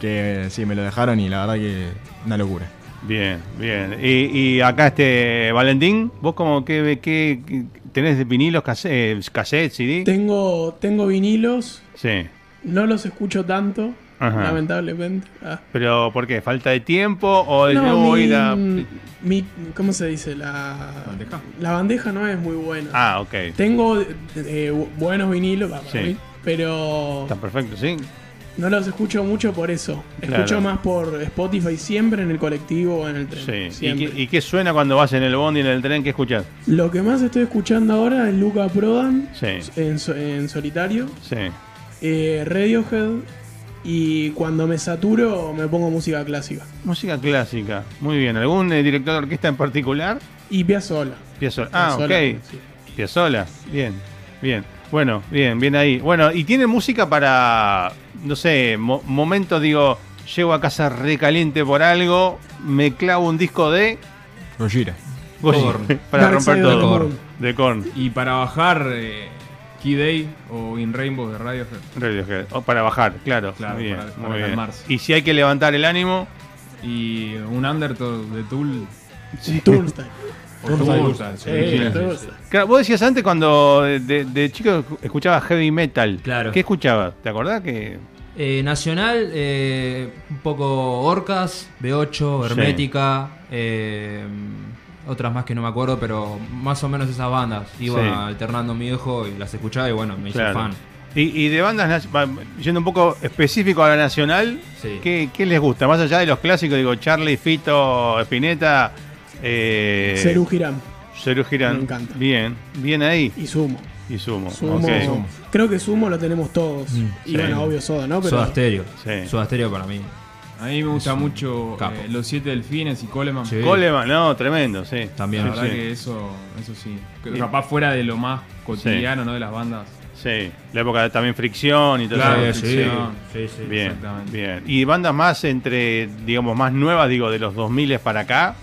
Que sí, me lo dejaron y la verdad que una locura.
Bien, bien. Y, y acá este Valentín, vos como que, que- que tenés de vinilos, eh, cassette, cassette, CD.
Tengo, tengo vinilos,
Sí.
no los escucho tanto.
Ajá.
lamentablemente. Ah.
Pero, ¿por qué? ¿Falta de tiempo o de
No,
nuevo
mi,
ir a-
mi- ¿Cómo se dice? La
Bandeja.
la bandeja no es muy buena.
Ah, ok.
Tengo eh, bu- buenos vinilos, va, para
Sí.
mí, pero
Está perfecto, sí.
no los escucho mucho por eso.
Claro.
Escucho más por Spotify siempre en el colectivo o en el
sí.
tren.
¿Y,
siempre.
qué, y qué suena cuando vas en el bondi, en el tren? ¿Qué escuchas?
Lo que más estoy escuchando ahora es Luca Prodan
Sí.
en, so- en solitario,
Sí.
eh, Radiohead y cuando me saturo me pongo música clásica.
Música clásica. Muy bien. ¿Algún eh, director de orquesta en particular?
Y Piazzolla.
Piazzolla. Ah,
Piazzolla,
ok.
sí.
Piazzolla. Bien. Bien. Bueno, bien, bien ahí. Bueno, y tiene música para, no sé, mo- momentos, digo, llego a casa recaliente por algo, me clavo un disco de...
Gojira.
Korn.
para
Dark
romper
Side of the
todo.
Moon.
De Korn.
Y para bajar eh, Key Day o In Rainbow de Radiohead.
Radiohead. O oh, para bajar, claro.
Claro,
muy bien,
para-
muy
para
bien.
calmarse.
Y si hay que levantar el ánimo,
Y un Undertow de Tool.
Turnstile.
O Tool, sí.
Eh,
sí, sí.
Turnstile.
Claro, vos decías antes cuando de, de- de chico escuchabas heavy metal.
Claro.
¿Qué escuchabas? ¿Te acordás que
Eh, nacional, eh, un poco Orcas, B8,
Sí.
Hermética, eh, otras más que no me acuerdo, pero más o menos esas bandas. Iba
Sí.
alternando mi viejo y las escuchaba y bueno, me hice
Claro.
fan.
Y, y de bandas, nas- va, yendo un poco específico a la nacional,
Sí.
¿qué, qué les gusta? Más allá de los clásicos, digo, Charlie, Fito, Spinetta, eh,
Serú Girán
Serú Girán.
Me encanta.
Bien, bien ahí.
y Sumo.
Y Sumo.
Sumo,
ok.
Creo que Sumo lo tenemos todos. y
sí.
bueno, obvio Soda, ¿no? Pero
Soda Stereo.
Sí.
Soda Stereo para mí.
A mí me gusta mucho
capo.
eh, Los Siete Delfines y Coleman.
Sí.
Coleman, no, tremendo, sí.
También,
La
sí,
verdad
sí.
que eso, eso sí. Que Capaz fuera de lo más cotidiano, ¿no? De las bandas.
Sí, la época de también fricción y todo
Claro,
eso.
sí,
Fricción.
sí,
Bien,
exactamente.
bien. Y bandas más entre, digamos, más nuevas, digo, de los 2000 para acá,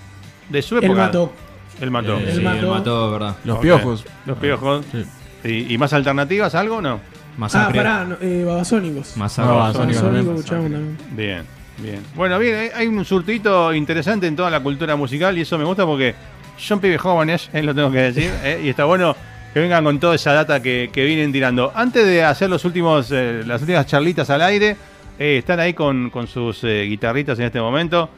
de su época.
él mató.
El mató.
Eh,
Él
sí,
mató.
él mató, ¿verdad?
Los
Ok.
piojos.
Los
Ah,
piojos.
Sí.
¿Y, y más alternativas, algo o no?
Ah,
Masacre.
pará, no, eh, Babasónicos.
Masacre.
Ah,
No, Babasónicos.
Babasónicos
también.
escuchamos también.
Bien, bien. Bueno, bien, hay, hay un surtito interesante en toda la cultura musical y eso me gusta porque son pibes jóvenes, eh, lo tengo que decir, eh, y está bueno que vengan con toda esa data que, que vienen tirando. Antes de hacer los últimos, eh, las últimas charlitas al aire, eh, están ahí con, con sus eh, guitarritas en este momento.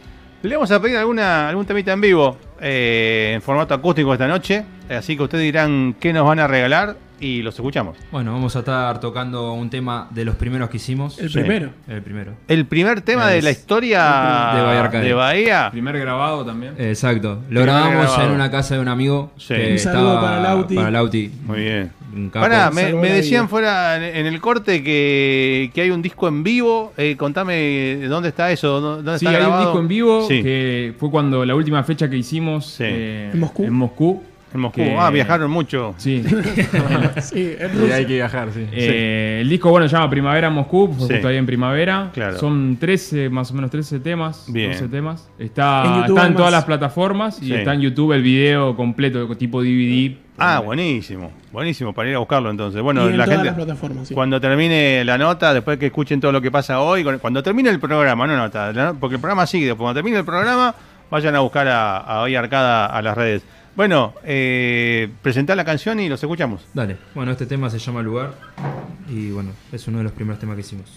Le vamos a pedir alguna, algún temita en vivo eh, en formato acústico esta noche, así que ustedes dirán qué nos van a regalar y los escuchamos.
Bueno, vamos a estar tocando un tema de los primeros que hicimos.
El
El,
Sí.
primero.
primero.
El primer tema de
Es
la historia
de Bahía Arcade.
de Bahía.
Primer grabado también.
Eh, Exacto. Lo
Primer
grabamos
grabado.
en una casa de un amigo.
Sí.
que
Un
saludo
estaba
para Lauti.
Para Lauti.
Muy bien.
Un capo.
Pará, me,
Salvó
me
la
decían
vida.
fuera en- en el corte que, que hay un disco en vivo. Eh, contame dónde está eso, dó- dónde
Sí,
está
hay un
grabado?
disco en vivo
Sí,
que fue cuando la última fecha que hicimos eh,
Sí.
¿En Moscú?
Moscú.
en Moscú.
que-
Ah, viajaron mucho.
Sí.
Sí, es
Y hay
Rusia.
que viajar, sí.
Eh, El disco, bueno, se llama Primavera en Moscú, fue
Sí.
justo ahí en Primavera.
Claro.
Son 13, más o menos 13 temas.
Bien.
12 temas. Está
En
está en,
YouTube hay más.
todas las plataformas y
Sí.
está en YouTube el video completo, tipo DVD.
Ah, buenísimo, buenísimo para ir a buscarlo entonces. Bueno,
y en
la
todas
gente
las plataformas. sí.
cuando termine la nota, después que escuchen todo lo que pasa hoy, con- cuando termine el programa, no nota, la no- porque el programa sigue. Cuando termine el programa, vayan a buscar a, a Bahía Arcada a las redes. Bueno, eh, presentá la canción y los escuchamos.
Dale. Bueno, este tema se llama Lugar. Y bueno, es uno de los primeros temas que hicimos.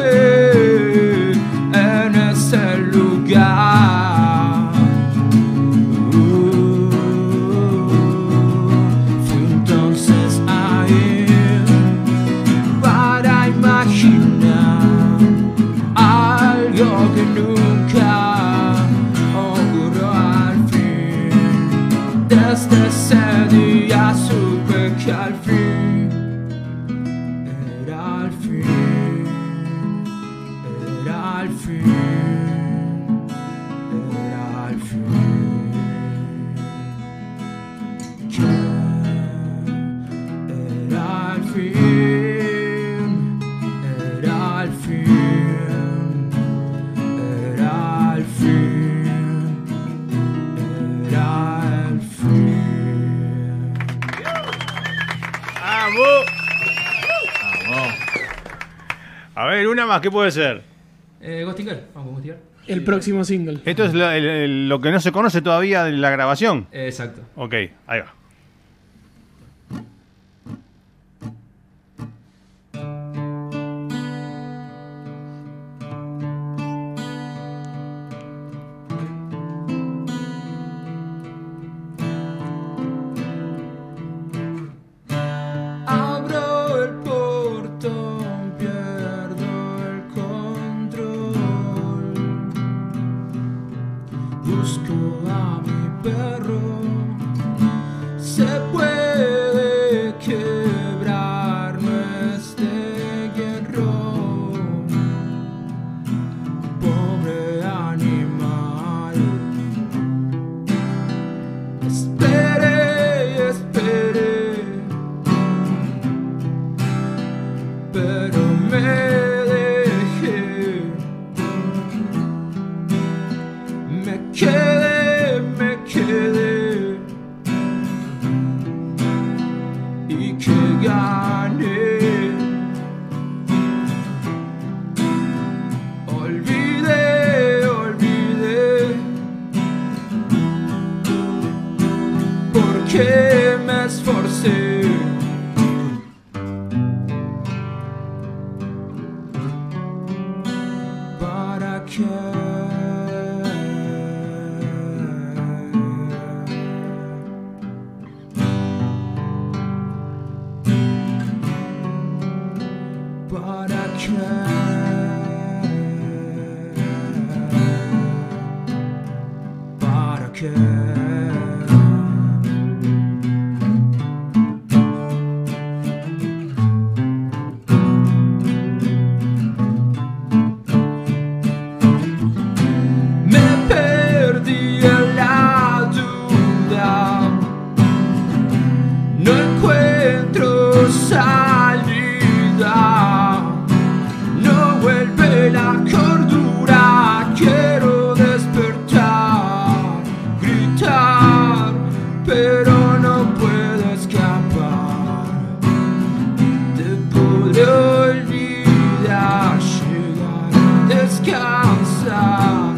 encontré en ese lugar. Uh, fui entonces ahí para imaginar algo que nunca ocurrió al fin. Desde ese día supe que al fin era al fin, era al fin, era al fin. Que era al fin, era al fin, era al fin, era al fin.
¡Vamos! A ver, una más, ¿qué puede ser?
Eh, Ghosting Girl, vamos con Ghosting Girl.
El próximo single.
Esto es lo, el- el- lo que no se conoce todavía de la grabación.
Eh, exacto.
Ok, ahí va.
Abro el portón, pierdo el control. Busco a mi perro. Se puede quebrar este hierro. Pobre animal. Esperé y esperé, pero me dejé. Me quedé, me quedé. Y que gané. Olvidé, olvidé. porque me esforcé. Para que para que para qué. Me perdí en la duda, no encuentro salida. No vuelve la cordura, quiero despertar, gritar, pero no puedo escapar. Te podré olvidar, llegar a descansar,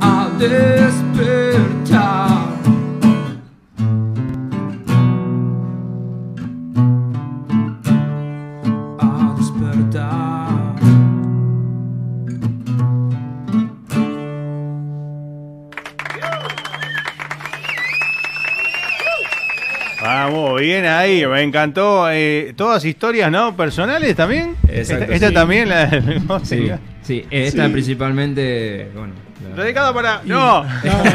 a despertar. a despertar.
Vamos, bien ahí, me encantó. Eh, todas historias, ¿no? Personales también.
Exacto,
esta esta
sí.
también la.
Sí, sí, eh, esta
Sí.
principalmente, bueno. la-
Dedicada para. No,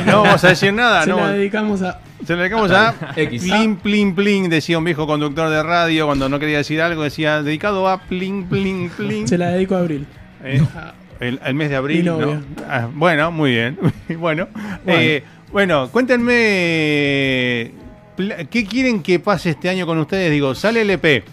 no, vamos a decir nada.
Se
Ah, no,
la dedicamos a.
Se lo dedicamos a
X.
Plin Plin Plin, decía un viejo conductor de radio cuando no quería decir algo, decía dedicado a Plin Plin Plin.
Se la dedico a Abril.
Eh, el, el mes de abril.
Mi
¿no?
novia.
Ah, bueno, muy bien. bueno, eh, bueno, cuéntenme eh, pla- qué quieren que pase este año con ustedes. Digo, sale el EP,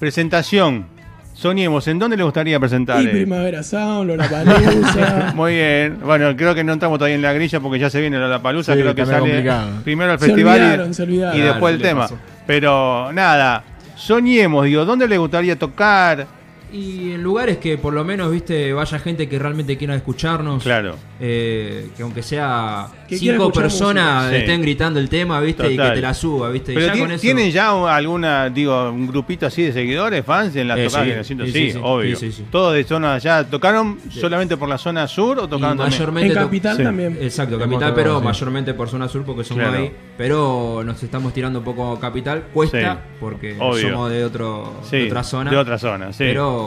presentación, soñemos, ¿en dónde les gustaría presentar?
Y
eh?
Primavera Sound, Lollapalooza.
Muy bien. Bueno, creo que no entramos todavía en la grilla porque ya se viene la palusa.
Sí,
creo que
está
sale
medio complicado.
primero el
Se
festival y-
olvidaron, se olvidaron.
y después el
Claro,
tema.
le pasó.
Pero nada, soñemos, digo, ¿dónde le gustaría tocar?
Y en lugares que por lo menos, viste, vaya gente que realmente quiera escucharnos.
Claro.
Eh, que aunque sea
Que quiera
cinco
escuchar
personas
música. Sí.
estén gritando el tema, viste, y
Total.
que te la suba, viste. y
Pero
ya
ti-
con eso-
¿tienen ya un- alguna, digo, un grupito así de seguidores, fans en la
Eh,
tocada
sí,
que haciendo? Sí,
sí, sí, sí.
obvio.
Sí, sí, sí.
Todos de zona allá. ¿Tocaron solamente por la zona sur o
y
tocaron también?
mayormente
En
to-
Capital
Sí. Eh,
también.
Exacto,
Hemos
capital,
tocado,
pero
sí.
mayormente por zona sur porque somos
Claro.
ahí. Pero nos estamos tirando un poco a capital. Cuesta
Sí.
porque
Obvio.
somos de, otro,
Sí,
de otra zona.
De otra zona, sí.
Pero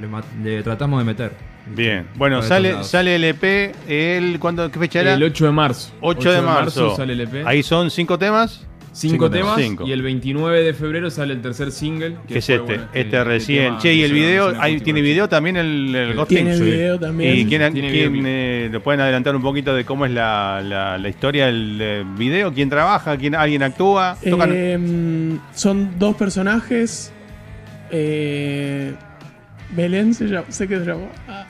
le, ma- le tratamos de meter.
Bien. Bueno,
Por esos
sale,
lados.
sale el EP el... ¿cuándo, ¿Qué fecha era?
El 8 de marzo.
8 de marzo.
sale el EP.
Ahí son cinco temas.
cinco,
cinco
temas.
Cinco.
Y el 29 de febrero sale el tercer single.
Que es
fue,
este,
bueno,
este
el
recién.
tema
che, y
que
el
se llama
video,
Cine
ahí
Acústico,
tiene
sí.
video también el, el Ghost
Tiene el
Thing.
video también.
¿Y quién,
Tiene
quién,
videoclip.
eh, le pueden adelantar un poquito de cómo es la, la- la historia del eh, video? ¿Quién trabaja? ¿Quién, ¿Alguien actúa? ¿Tocan?
Eh, son dos personajes. Eh, Belén se llama, sé que se llama. Ah,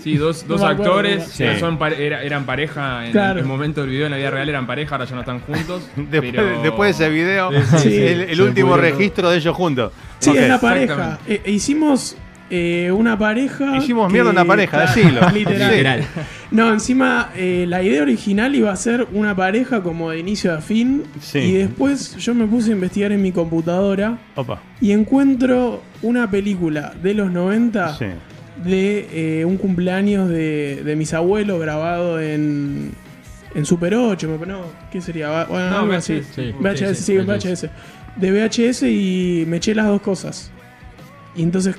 Sí, dos, dos
No me acuerdo,
actores.
no me acuerdo.
que son pare- era- eran pareja en
Claro.
el momento del video, en la vida real eran pareja, ahora ya no están juntos.
después,
pero-
después de ese video,
sí,
el, el
se
último
pudieron-
registro de ellos juntos.
Sí,
Ok.
es la pareja.
exactamente.
Eh, hicimos eh, una pareja.
Hicimos mierda
que-
una pareja,
Claro,
decilo.
Literal.
Sí.
Literal.
No, encima eh, la idea original iba a ser una pareja como de inicio a fin.
Sí.
Y después yo me puse a investigar en mi computadora
Opa.
y encuentro una película de los 90
Sí.
de eh, un cumpleaños de, de mis abuelos grabado en, en Super 8, me- no, ¿qué sería? Va- Bueno,
No,
algo
VHS,
así.
sí.
VHS, sí, en VHS. De VHS y me eché las dos cosas. Y entonces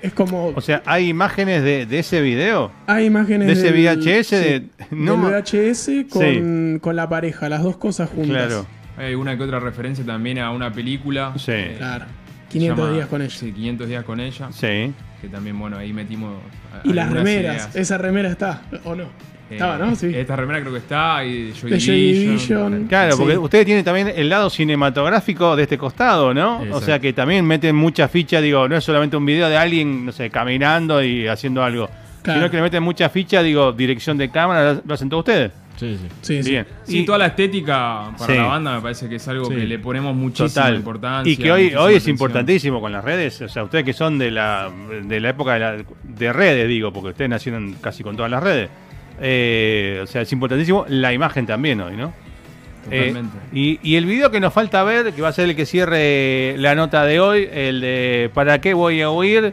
es como...
O sea, ¿hay imágenes de, de ese video?
hay imágenes
de ese
del-
VHS de- no
del
ma-
VHS con, con la pareja, las dos cosas juntas.
Claro.
Hay alguna que otra referencia también a una película.
Sí.
eh,
Claro.
se
500
llama-
días con ella.
Sí, 500 días con ella.
Sí.
Que también, bueno, ahí metimos. a-
Y las
algunas
remeras,
ideas.
esa remera está, ¿o no?
Eh,
Estaba, ¿no? Sí.
Esta remera creo que está. Y Joy
De Joy
Division.
Division.
Claro, porque
Sí.
ustedes tienen también el lado cinematográfico de este costado, ¿no? O
Exacto.
sea que también meten mucha ficha, digo, no es solamente un video de alguien, no sé, caminando y haciendo algo,
Claro.
sino que le meten mucha ficha, digo, dirección de cámara, lo hacen todos ustedes.
Sí, sí.
Sí, sí.
Bien.
Sí,
Y-
toda la estética para
Sí.
la banda me parece que es algo
Sí.
que le ponemos muchísima
Total.
importancia.
y que hoy,
muchísima
hoy es
atención.
importantísimo con las redes. O sea, ustedes que son de la, de la época de, la- de redes, digo, porque ustedes nacieron casi con todas las redes. Eh, o sea, es importantísimo la imagen también hoy, ¿no? Eh,
Totalmente.
y, y el video que nos falta ver, que va a ser el que cierre la nota de hoy, el de ¿Para qué voy a huir?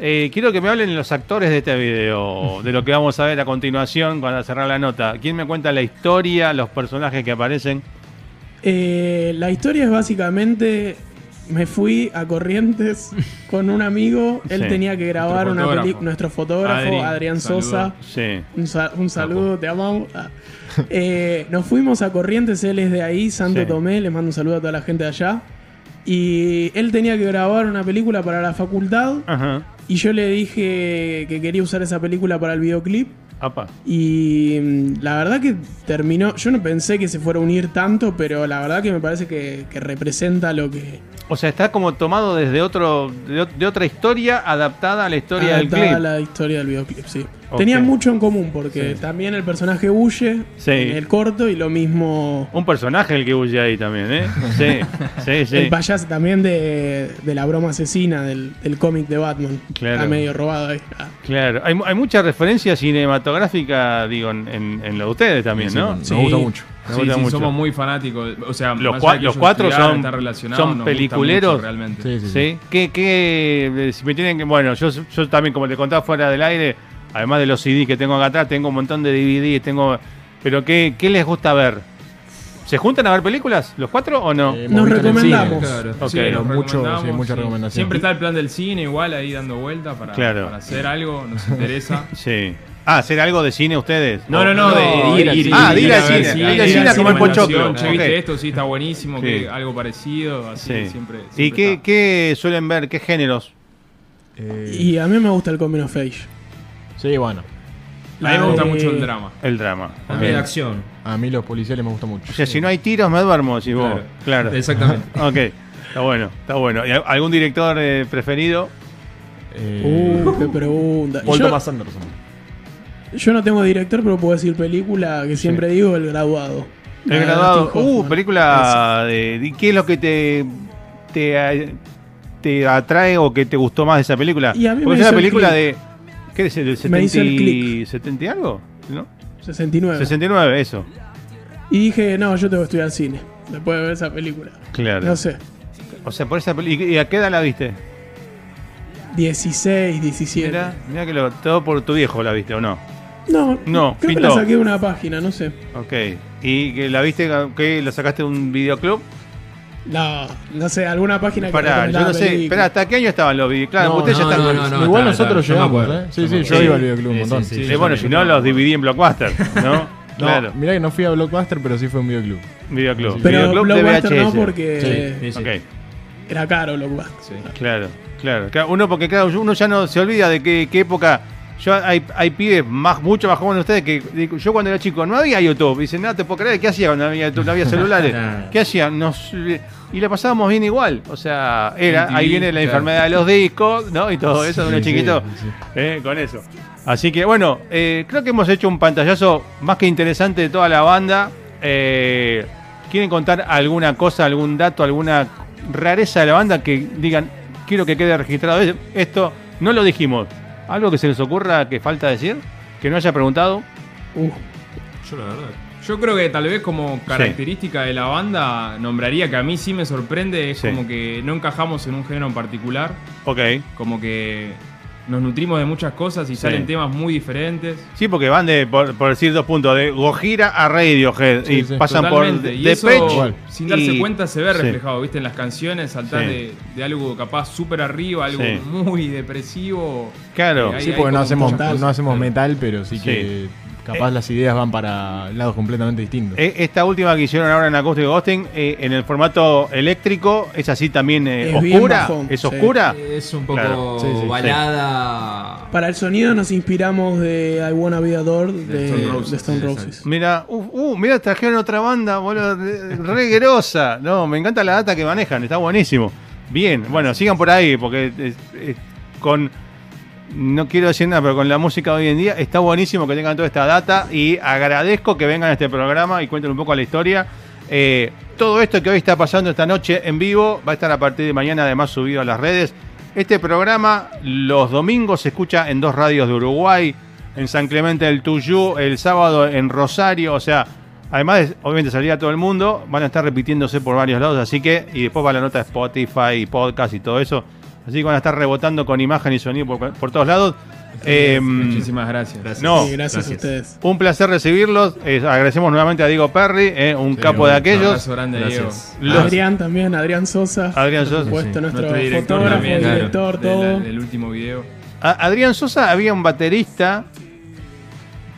Eh, quiero que me hablen los actores de este video, de lo que vamos a ver a continuación cuando cerrar la nota. ¿Quién me cuenta la historia, los personajes que aparecen?
Eh, la historia es básicamente. Me fui a Corrientes con un amigo. Él
Sí.
tenía que grabar
Nuestro
una
fotógrafo.
película. Nuestro fotógrafo,
Adri,
Adrián
saludo.
Sosa.
Sí,
Un, sa-
Ah,
un saludo, te amamos. Ah. Eh, nos fuimos a Corrientes, él es de ahí, Santo
Sí.
Tomé. Les mando un saludo a toda la gente de allá. Y él tenía que grabar una película para la facultad.
ajá,
Y yo le dije que quería usar esa película para el videoclip.
apa.
Y mm, la verdad que terminó. Yo no pensé que se fuera a unir tanto, pero la verdad que me parece que, que representa lo que.
O sea, está como tomado desde otro de, ot- de otra historia adaptada a la historia
adaptaba
del clip.
la historia del videoclip, sí.
Ok.
Tenía mucho en común, porque también el personaje huye
Sí.
en el corto y lo mismo.
Un personaje el que huye ahí también, ¿eh? Sí, sí, sí.
El payaso también de, de la broma asesina del, del cómic de Batman.
Claro.
Está medio robado ahí. Ah.
Claro, hay, mu- hay mucha referencia cinematográfica, digo, en, en- en lo de ustedes también,
Sí,
¿no?
Nos
Sí.
gusta mucho.
Me
Sí,
gusta
sí,
mucho.
somos muy fanáticos. O sea,
Los
más
cua-
allá de que
los
ellos
cuatro
estudiaron,
son-
están relacionados,
son
nos gusta
peliculeros.
mucho realmente.
Sí, Eh, sí, sí.
¿Sí? ¿Qué, qué- eh, si me tienen que, bueno, yo, yo también, como te contaba fuera del aire, además de los CDs que tengo acá atrás, tengo un montón de DVDs, tengo... Pero ¿qué, qué les gusta ver? ¿Se juntan a ver películas, los cuatro o no?
Eh, hemos
Nos
visto en el cine.
recomendamos.
Claro.
Ok.
nos
Pero mucho,
recomendamos,
sí, mucha recomendación.
Siempre está el plan del cine igual ahí dando vuelta para,
Claro.
para hacer algo, nos interesa.
Sí. Ah, ¿hacer algo de cine ustedes?
No, no, no, de, de ir, ir,
Ah,
ir,
de ir
a
al
ver
cine,
si
ir
hay
al
alguna
cine a comer
recomendación,
pochoclo,
che, viste
ok.
esto, sí, está buenísimo,
Sí.
que algo parecido, así
Sí.
este, siempre.
¿Y
siempre
qué,
está.
qué suelen ver? ¿Qué géneros?
Eh,
Y a mí me gusta el coming of age. Eh,
sí, bueno.
A mí me gusta
La de-
mucho el drama.
El drama.
A mí la acción.
A mí los policiales me gustan mucho.
O sea, si no hay tiros, me duermo, si vos. Claro.
Exactamente.
Ok, está bueno, está bueno. ¿Y a- algún director eh, preferido?
Eh,
Uh, qué pregunta.
Paul
Yo-
Thomas Anderson.
Yo no tengo director, pero puedo decir película que siempre digo, El Graduado. Ah, La
El
de
graduado.
Dustin Hoffman.
Uh, película de, de- ¿Qué es lo que te, te, eh, te atrae o que te gustó más de esa película?
Y a mí me
Porque es
hizo
una
el
película
click.
de. ¿Qué es? ¿Del
Me hizo el
70, 70 y algo? ¿No?
69.
69, eso.
Y dije, no, yo tengo que estudiar cine. Después de ver esa película.
Claro.
No sé,
O sea, por esa película. ¿Y a qué edad la viste?
16, 17.
Mira, mira que lo. Todo por tu viejo la viste, ¿o no?
No,
No,
creo que
pintó.
la saqué de una página, no sé.
Ok. ¿Y que la viste? que ¿La sacaste de un videoclub?
No, no sé, alguna página
Pará,
que
yo no sé. Esperá,
espera
¿hasta qué año estaban los videos? Claro,
No,
ustedes
no,
ya están.
no, Igual
está,
nosotros
está, yo me
llegamos,
acuerdo.
¿eh? Sí, sí,
Sí.
yo iba al videoclub un
Sí, sí,
montón.
sí,
Eh,
yo
bueno,
también.
si no, los dividí en Blockbuster, ¿no?
No,
claro,
Mirá que no fui a Blockbuster, pero sí fue un videoclub.
videoclub.
Pero
videoclub
Blockbuster
de
no,
VHS.
porque
Sí, sí.
Ok,
era caro Blockbuster.
claro, claro. Claro, Uno, porque claro, uno ya no se olvida de qué, qué época. Yo, hay, hay pibes más, mucho más jóvenes de ustedes que digo, yo cuando era chico no había YouTube. Dicen, no, te puedo creer, ¿qué hacía cuando no había YouTube? No había celulares.
Nah.
¿Qué hacía? Nos, y la pasábamos bien igual. O sea, era, ahí
MTV,
viene la
claro.
enfermedad de los discos, ¿no? Y todo eso de uno
Sí, sí,
chiquito.
sí.
Eh, con eso. Así que bueno, eh, creo que hemos hecho un pantallazo más que interesante de toda la banda. Eh, ¿Quieren contar alguna cosa, algún dato, alguna rareza de la banda que digan, quiero que quede registrado es- esto? No lo dijimos. ¿Algo que se les ocurra que falta decir? ¿Que no haya preguntado?
Uh,
Yo la verdad.
Yo creo que tal vez como característica de la banda nombraría que a mí sí me sorprende, es
Sí.
como que no encajamos en un género en particular,
Ok.
como que nos nutrimos de muchas cosas y salen temas muy diferentes.
Sí, porque van de, por, por decir dos puntos, de Gojira a Radiohead
Sí,
y
sí.
pasan
Totalmente.
por
y
The
eso,
Patch
sin darse
y-
cuenta, se ve
sí.
reflejado, ¿viste? En las canciones, saltar
Sí.
de, de algo capaz súper arriba, algo
Sí.
muy depresivo.
Claro.
Y ahí
Sí,
hay
porque no
como
hacemos,
muchas cosas.
no hacemos
Claro.
metal, pero sí que
Eh.
capaz las ideas van para lados completamente distintos.
Eh, Esta última que hicieron ahora en Acoustic Ghosting, eh, en el formato eléctrico, ¿es así también eh,
Es bien
oscura?
bajón,
¿Es
sí. Eh,
oscura?
Es un poco
Claro.
Sí, sí, sí.
balada.
Para el sonido nos inspiramos de I Wanna Be Adored de,
Stone
de
Roses,
Stone
sí,
Roses.
exacto.
Mira, uh, uh, mira, trajeron otra banda, boludo, de- reguerosa. No, me encanta la data que manejan, está buenísimo. Bien, bueno, sigan por ahí, porque eh, eh, con. No quiero decir nada, pero con la música hoy en día está buenísimo que tengan toda esta data y agradezco que vengan a este programa y cuenten un poco la historia. Eh, todo esto que hoy está pasando esta noche en vivo va a estar a partir de mañana además subido a las redes. Este programa los domingos se escucha en dos radios de Uruguay, en San Clemente del Tuyú, el sábado en Rosario, o sea, además de, obviamente salir a todo el mundo, van a estar repitiéndose por varios lados, así que, y después va la nota de Spotify y podcast y todo eso, así que van a estar rebotando con imagen y sonido por, por todos lados. Eh,
Muchísimas gracias.
No,
Sí, gracias, a ustedes.
un placer recibirlos, Eh, agradecemos nuevamente a Diego Perry, eh, un capo de
un
Un
aquellos.
abrazo grande,
Gracias.
Diego.
Los-
Adrián también, Adrián Sosa.
Adrián Sosa,
Por supuesto,
sí.
nuestro,
Nuestro director
fotógrafo,
también,
claro.
director,
de la-
todo.
del último video.
A- Adrián Sosa había un baterista,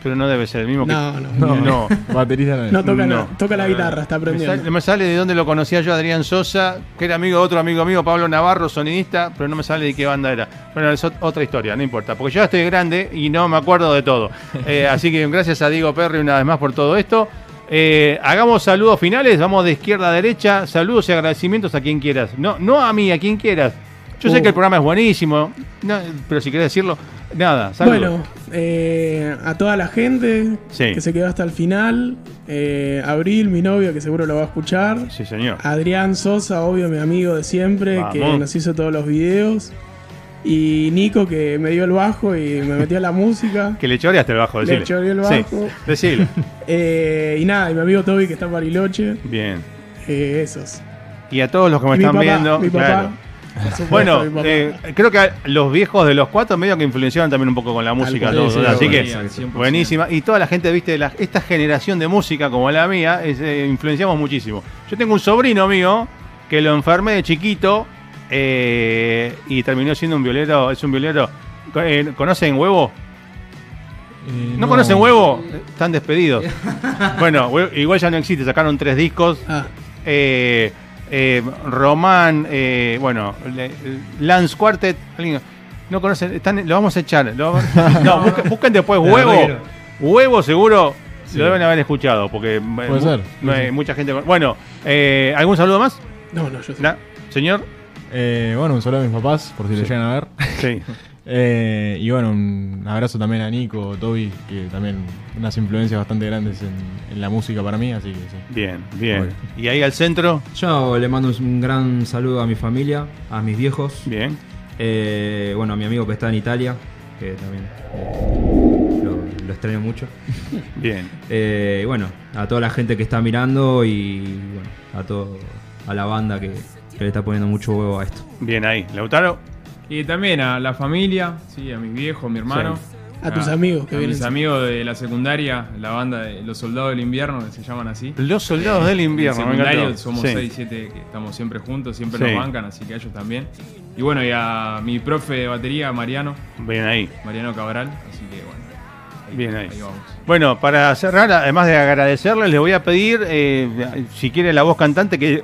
pero no debe ser el mismo
No,
que.
no.
no.
Baterista no es.
No toca,
No.
nada, toca la guitarra, está
Me
aprendiendo.
sale, me sale de dónde lo conocía yo, Adrián Sosa, que era amigo de otro amigo mío, Pablo Navarro, sonidista, pero no me sale de qué banda era. Bueno, es ot- otra historia, no importa, porque yo ya estoy grande y no me acuerdo de todo. Eh, así que gracias a Diego Perry una vez más por todo esto. Eh, hagamos saludos finales, vamos de izquierda a derecha, saludos y agradecimientos a quien quieras. No, no a mí, a quien quieras. Yo sé
Uh.
que el programa es buenísimo, no, pero si querés decirlo, nada, saludos.
Bueno, eh, a toda la gente
Sí.
que se quedó hasta el final, eh, Abril, mi novia, que seguro lo va a escuchar,
Sí, señor.
Adrián Sosa, obvio, mi amigo de siempre,
Vamos.
que nos hizo todos los videos, y Nico, que me dio el bajo y me metió la música,
Que le choreaste el bajo,
Le
decile.
choreé el
Sí,
bajo.
decile.
Eh, y nada, y mi amigo Toby, que está en Bariloche,
Bien.
eh, esos.
Y a todos los que me
Y mi
están
papá,
viendo.
mi papá,
claro.
por supuesto,
Bueno,
mi papá.
eh, creo que a los viejos de los cuatro medio que influenciaron también un poco con la música,
cual.
todo,
Sí, sí,
así
la
que
mayoría, al 100%.
buenísima. Y toda la gente, viste, de la- esta generación de música como la mía, es, eh, influenciamos muchísimo. Yo tengo un sobrino mío que lo enfermé de chiquito eh, y terminó siendo un violero, es un violero. Co- eh, ¿Conocen huevo?
Eh,
¿No, conocen huevo? Están despedidos. bueno, Huevo- igual ya no existe, sacaron tres discos
Ah,
eh, eh, Román, eh, bueno, le- Lance Quartet, alguien- no conocen, están, lo vamos a echar. lo vamos- no, busca- busquen después
Pero
huevo,
reguero.
huevo seguro. Lo deben haber escuchado, porque eh, mu-
ser,
no
sí,
hay
sí.
mucha gente. Bueno, eh, ¿algún saludo más?
no, no, yo
Na- ¿Señor?
Eh, bueno, un saludo a mis papás, por si lo llegan a ver.
Sí.
Eh, y bueno, un abrazo también a Nico, Toby, que también unas influencias bastante grandes en, en la música para mí, así que sí.
Bien, bien. ¿Y ahí al centro?
Yo le mando un gran saludo a mi familia, a mis viejos,
Bien.
eh, bueno, a mi amigo que está en Italia, que también eh, lo, lo extraño mucho.
Bien.
Eh, y bueno, a toda la gente que está mirando y bueno, a todo, a la banda que, que le está poniendo mucho huevo a esto.
Bien ahí. ¿Lautaro?
Y también a la familia, sí, a mis viejos, a mi hermano.
Sí.
A tus amigos que
a
vienen.
mis amigos de la secundaria, la banda de Los Soldados del Invierno, que se llaman así.
Los soldados del invierno.
En
me
secundario
encantó.
somos
Sí.
6, 7 que estamos siempre juntos, siempre
Sí.
nos bancan, así que a ellos también. Y bueno, y a mi profe de batería, Mariano,
Bien ahí.
Mariano Cabral, así que bueno. ahí-
Bien ahí.
ahí vamos.
Bueno, para cerrar, además de agradecerles, les voy a pedir, eh, si quiere la voz cantante, que,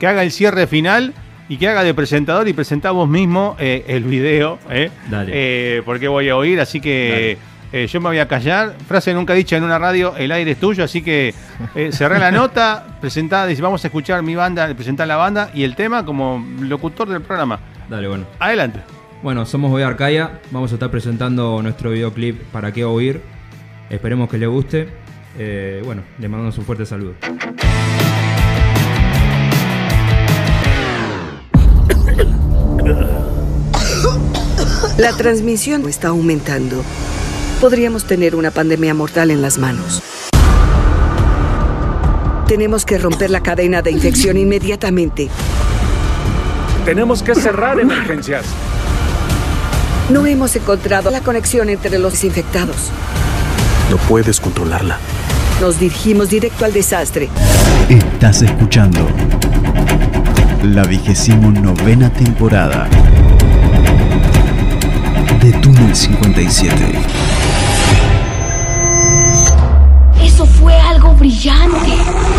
que haga el cierre final y que haga de presentador y presenta vos mismo eh, el video, eh,
Dale.
eh, porque voy a oír, así que eh, yo me voy a callar. Frase nunca dicha en una radio, el aire es tuyo, así que eh, cerrá la nota, presentá, dice, vamos a escuchar mi banda, presentá la banda y el tema como locutor del programa.
Dale, bueno.
Adelante.
Bueno, somos Boy Arcaia, vamos a estar presentando nuestro videoclip para qué oír. Esperemos que le guste. Eh, bueno, le mandamos un fuerte saludo.
La transmisión está aumentando. Podríamos tener una pandemia mortal en las manos. Tenemos que romper la cadena de infección inmediatamente.
Tenemos que cerrar emergencias.
No hemos encontrado la conexión entre los infectados.
No puedes controlarla.
Nos dirigimos directo al desastre.
Estás escuchando la vigésimo novena temporada de Túnel 57.
Eso fue algo brillante.